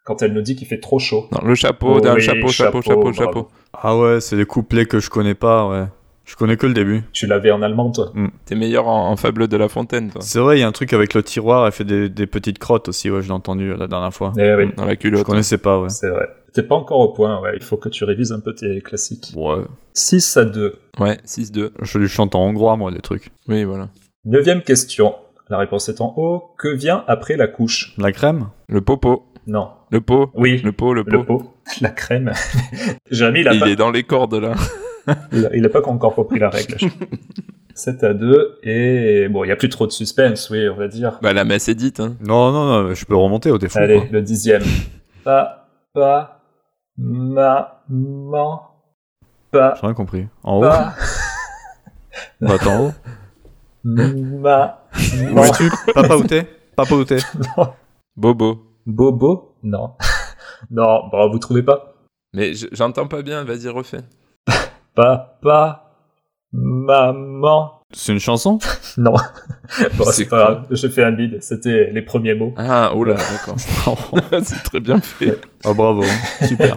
Speaker 3: Quand elle nous dit qu'il fait trop chaud.
Speaker 4: Dans le chapeau,
Speaker 3: Oh
Speaker 4: dans le
Speaker 3: oui,
Speaker 4: chapeau,
Speaker 3: chapeau,
Speaker 4: chapeau, chapeau, chapeau.
Speaker 3: bravo.
Speaker 2: Ah ouais, c'est des couplets que je connais pas, ouais. Je connais que le début.
Speaker 3: Tu l'avais en allemand, toi
Speaker 4: T'es meilleur en, en fable de la fontaine, toi.
Speaker 2: C'est vrai, il y a un truc avec le tiroir, elle fait des, des petites crottes aussi, ouais, je l'ai entendu euh, la dernière fois.
Speaker 3: Eh oui,
Speaker 4: Dans la
Speaker 2: Je
Speaker 4: culotte.
Speaker 2: connaissais pas, ouais.
Speaker 3: c'est vrai. T'es pas encore au point, ouais. Il faut que tu révises un peu tes classiques.
Speaker 2: Ouais,
Speaker 3: 6 à 2.
Speaker 4: Ouais, 6-2.
Speaker 2: je lui chante en hongrois, moi, des trucs.
Speaker 4: Oui, voilà.
Speaker 3: Neuvième question. La réponse est en haut. Que vient après la couche
Speaker 2: La crème
Speaker 4: Le popo.
Speaker 3: Non.
Speaker 4: Le pot.
Speaker 3: Oui.
Speaker 4: Le pot, le pot.
Speaker 3: Le pot, la crème. Jérémy, il a,
Speaker 4: il
Speaker 3: pas,
Speaker 4: est dans les cordes, là.
Speaker 3: il a- il a pas encore compris la règle. 7 à 2, et bon, il n'y a plus trop de suspense, oui, on va dire.
Speaker 4: Bah, la messe est dite, hein.
Speaker 2: Non, non, non, je peux remonter au défaut.
Speaker 3: Allez,
Speaker 2: quoi.
Speaker 3: le dixième. Papa, maman,
Speaker 2: J'ai rien compris. En haut
Speaker 3: papa,
Speaker 2: Bah, attends, en haut
Speaker 3: ma,
Speaker 2: Où es-tu Papa où t'es Papa où t'es
Speaker 4: Bobo.
Speaker 3: bobo, non. non, bon, vous trouvez pas
Speaker 4: Mais je- j'entends pas bien, vas-y, refais.
Speaker 3: Papa, maman,
Speaker 2: C'est une chanson
Speaker 3: non. bon,
Speaker 4: C'est
Speaker 3: c'est pas grave, j'ai fait un bide, c'était les premiers mots.
Speaker 4: Ah, oh là, d'accord. c'est très bien fait.
Speaker 2: Oh, bravo, super.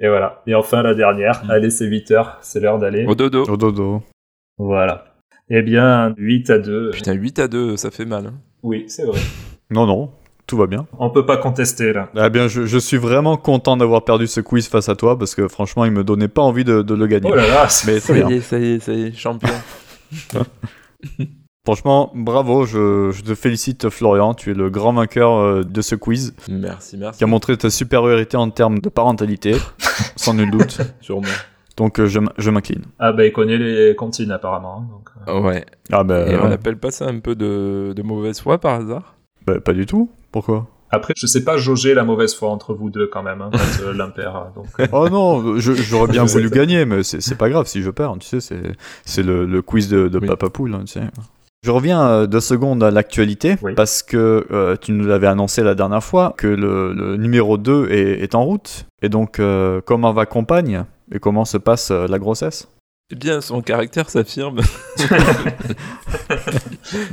Speaker 3: Et voilà. Et enfin, la dernière.
Speaker 2: Mm.
Speaker 3: Allez, c'est 8 heures. C'est l'heure d'aller.
Speaker 4: Au dodo.
Speaker 2: Au dodo.
Speaker 3: Voilà. Eh bien, 8 à 2.
Speaker 4: Putain, 8 à 2, ça fait mal. hein.
Speaker 3: Oui, c'est vrai.
Speaker 2: Non, non, tout va bien.
Speaker 3: On peut pas contester, là.
Speaker 2: Eh bien, je, je suis vraiment content d'avoir perdu ce quiz face à toi, parce que franchement, il me donnait pas envie de, de le gagner.
Speaker 3: Oh là là, c'est-
Speaker 2: Mais très bien.
Speaker 4: est, ça y est, ça y est, champion.
Speaker 2: Franchement, bravo, je, je te félicite Florian, tu es le grand vainqueur euh, de ce quiz,
Speaker 4: merci, merci.
Speaker 2: qui a montré ta supériorité en termes de parentalité, sans nul doute.
Speaker 4: Sûrement.
Speaker 2: Donc euh, je, m- je m'incline.
Speaker 3: Ah bah, il connaît les cantines, apparemment. hein, donc, euh.
Speaker 4: Ouais.
Speaker 2: Ah ben,
Speaker 4: Et on
Speaker 2: ouais.
Speaker 4: appelle pas ça un peu de, de mauvaise foi par hasard
Speaker 2: Bah, pas du tout, pourquoi
Speaker 3: Après, je sais pas jauger la mauvaise foi entre vous deux, quand même, hein, quand euh, l'un perd, hein, Donc, euh,
Speaker 2: Oh non, je- j'aurais bien
Speaker 3: Je sais
Speaker 2: voulu
Speaker 3: ça.
Speaker 2: gagner, mais c'est c'est pas grave si je perds, tu sais, c'est c'est le, le quiz de, de
Speaker 4: Oui.
Speaker 2: Papa Poule, hein, tu sais. Je reviens euh, deux secondes à l'actualité,
Speaker 3: Oui.
Speaker 2: parce que euh, tu nous l'avais annoncé la dernière fois, que le, le numéro 2 est, est en route, et donc euh, comment va compagne et comment se passe euh, la grossesse
Speaker 4: Eh bien, son caractère s'affirme.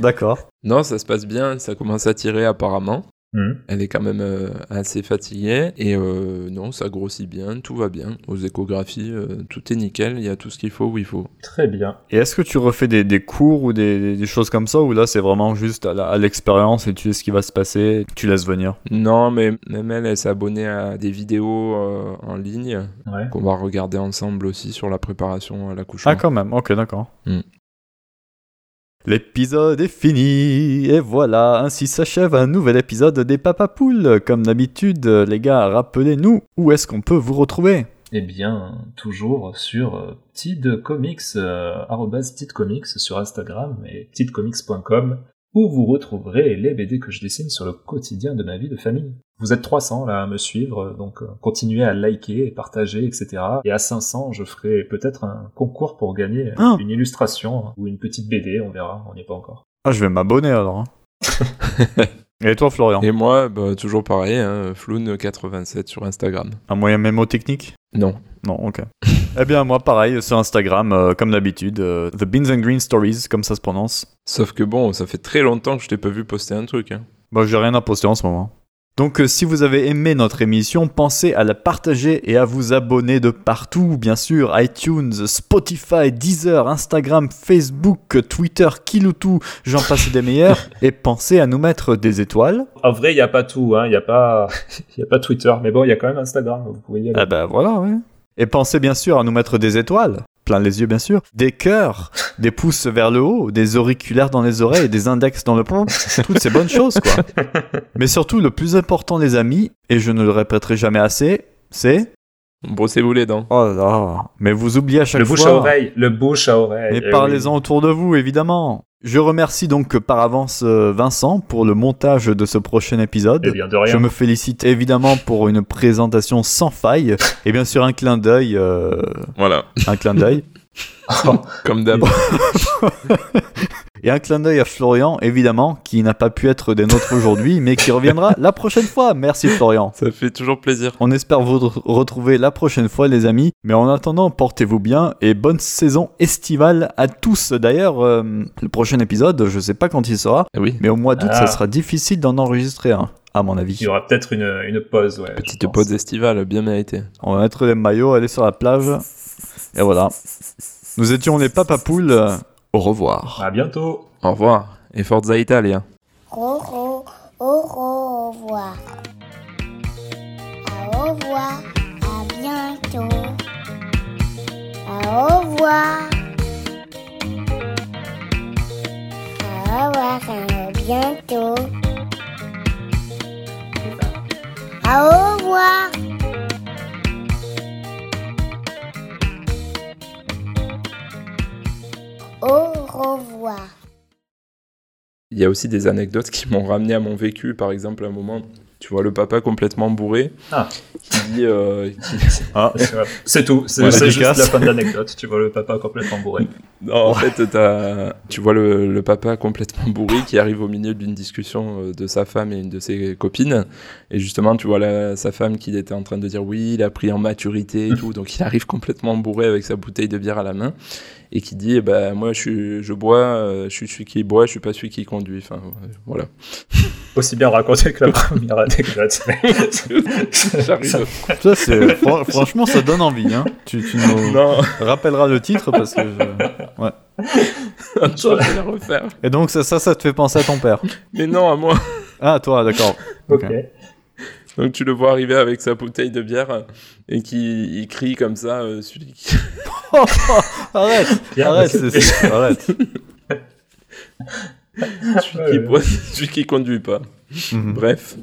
Speaker 2: D'accord.
Speaker 4: non, ça se passe bien, ça commence à tirer apparemment.
Speaker 3: hum.
Speaker 4: Elle est quand même euh, assez fatiguée et euh, non, ça grossit bien, tout va bien. Aux échographies, euh, tout est nickel, il y a tout ce qu'il faut où il faut.
Speaker 3: Très bien.
Speaker 2: Et est-ce que tu refais des, des cours ou des, des choses comme ça, ou là c'est vraiment juste à la- à l'expérience et tu sais ce qui va se passer, tu laisses venir
Speaker 4: Non, mais même elle, elle s'est abonnée à des vidéos euh, en ligne
Speaker 3: Ouais.
Speaker 4: qu'on va regarder ensemble aussi sur la préparation à l'accouchement.
Speaker 2: Ah, quand même, ok, d'accord.
Speaker 4: Hmm.
Speaker 2: L'épisode est fini, et voilà, ainsi s'achève un nouvel épisode des Papa Poules. Comme d'habitude, les gars, rappelez-nous où est-ce qu'on peut vous retrouver.
Speaker 3: Eh bien, toujours sur euh, Petite Comics, euh, arrobase Petite Comics sur Instagram et petitecomics.com, où vous retrouverez les BD que je dessine sur le quotidien de ma vie de famille. Vous êtes 300 là à me suivre, donc euh, continuez à liker et partager, etc. Et à 500, je ferai peut-être un concours pour gagner
Speaker 2: Ah.
Speaker 3: une illustration ou une petite BD, on verra, on n'y est pas encore.
Speaker 2: Ah, je vais m'abonner alors. hein. et toi, Florian
Speaker 4: Et moi, bah, toujours pareil, hein, Floun87 sur Instagram.
Speaker 2: Un moyen mémotechnique
Speaker 4: Non.
Speaker 2: Non, ok. eh bien, moi, pareil, sur Instagram, euh, comme d'habitude, euh, The Beans and Green Stories, comme ça se prononce.
Speaker 4: Sauf que bon, ça fait très longtemps que je t'ai pas vu poster un truc. hein.
Speaker 2: Bah, j'ai rien à poster en ce moment. Donc euh, si vous avez aimé notre émission, pensez à la partager et à vous abonner de partout, bien sûr, iTunes, Spotify, Deezer, Instagram, Facebook, Twitter, Kiloutou, j'en passe des meilleurs, et pensez à nous mettre des étoiles.
Speaker 3: En vrai, il n'y a pas tout, hein. Il n'y a pas, il y a pas Twitter, mais bon, il y a quand même Instagram. Vous pouvez y aller.
Speaker 2: Ah bah voilà, ouais. Et pensez bien sûr à nous mettre des étoiles, plein les yeux bien sûr, des cœurs, des pouces vers le haut, des auriculaires dans les oreilles, des index dans le plomb, toutes ces bonnes choses quoi. Mais surtout le plus important les amis, et je ne le répéterai jamais assez, c'est...
Speaker 4: Brossez-vous les dents.
Speaker 2: Oh là là, mais vous oubliez à chaque
Speaker 3: le
Speaker 2: fois...
Speaker 3: bouche à oreille, le bouche à oreille.
Speaker 2: Mais
Speaker 3: eh
Speaker 2: parlez-en
Speaker 3: oui.
Speaker 2: autour de vous, évidemment. Je remercie donc par avance euh, Vincent pour le montage de ce prochain épisode.
Speaker 3: Eh bien, de rien.
Speaker 2: Je me félicite évidemment pour une présentation sans faille et bien sûr un clin d'œil, euh,
Speaker 4: Voilà,
Speaker 2: un clin d'œil
Speaker 4: comme d'hab.
Speaker 2: et un clin d'œil à Florian évidemment qui n'a pas pu être des nôtres aujourd'hui mais qui reviendra la prochaine fois. Merci Florian.
Speaker 4: Ça fait toujours plaisir.
Speaker 2: On espère vous re- retrouver la prochaine fois, les amis. Mais en attendant, portez-vous bien et bonne saison estivale à tous. D'ailleurs, euh, le prochain épisode, je sais pas quand il sera,
Speaker 4: Eh oui,
Speaker 2: mais au mois d'août, ça
Speaker 3: Ah.
Speaker 2: sera difficile d'en enregistrer un, à mon avis.
Speaker 3: Il y aura peut-être une, une pause, ouais. je
Speaker 4: petite
Speaker 3: pense.
Speaker 4: pause estivale, bien méritée.
Speaker 2: On va mettre les maillots, aller sur la plage. Et voilà. Nous étions les papapoules. euh, Au revoir.
Speaker 3: À bientôt.
Speaker 4: Au revoir et Forza Italia.
Speaker 9: Au, re- au, re- au revoir. À au revoir, à bientôt. À au revoir. À au revoir, à bientôt. À au revoir. Au revoir.
Speaker 4: Il y a aussi des anecdotes qui m'ont ramené à mon vécu. Par exemple, à un moment, tu vois le papa complètement bourré
Speaker 3: Ah.
Speaker 4: qui dit euh, qui-
Speaker 3: Ah, c'est- c'est tout. C'est
Speaker 2: Voilà,
Speaker 3: c'est juste
Speaker 2: dédicace.
Speaker 3: la fin de l'anecdote. Tu vois le papa complètement bourré.
Speaker 4: Non, en fait, t'as- tu vois le, le papa complètement bourré qui arrive au milieu d'une discussion euh, de sa femme et une de ses copines. Et justement, tu vois la- sa femme qui était en train de dire oui, il a pris en maturité et tout. Donc, il arrive complètement bourré avec sa bouteille de bière à la main et qui dit eh ben, Moi, je, suis- je bois, euh, je suis celui qui boit, je suis pas celui qui conduit. Enfin, euh, voilà.
Speaker 3: Aussi bien raconté que la première anecdote. mais-
Speaker 4: J'arrive.
Speaker 2: Ça, c'est- fran- franchement, ça donne envie. hein. Tu, tu nous
Speaker 4: Non,
Speaker 2: rappelleras le titre parce que. je-
Speaker 4: je vais la refaire.
Speaker 2: Et donc, ça, ça, ça te fait penser à ton père.
Speaker 4: Mais non, à moi.
Speaker 2: Ah, toi, d'accord.
Speaker 3: ok.
Speaker 4: Donc tu le vois arriver avec sa bouteille de bière euh, et qui il crie comme ça, euh, celui qui...
Speaker 2: Arrête,
Speaker 3: Bien,
Speaker 2: arrête,
Speaker 3: ok.
Speaker 2: c'est- c'est- arrête.
Speaker 4: celui qui boit, celui qui conduit pas.
Speaker 2: Mhm.
Speaker 4: Bref,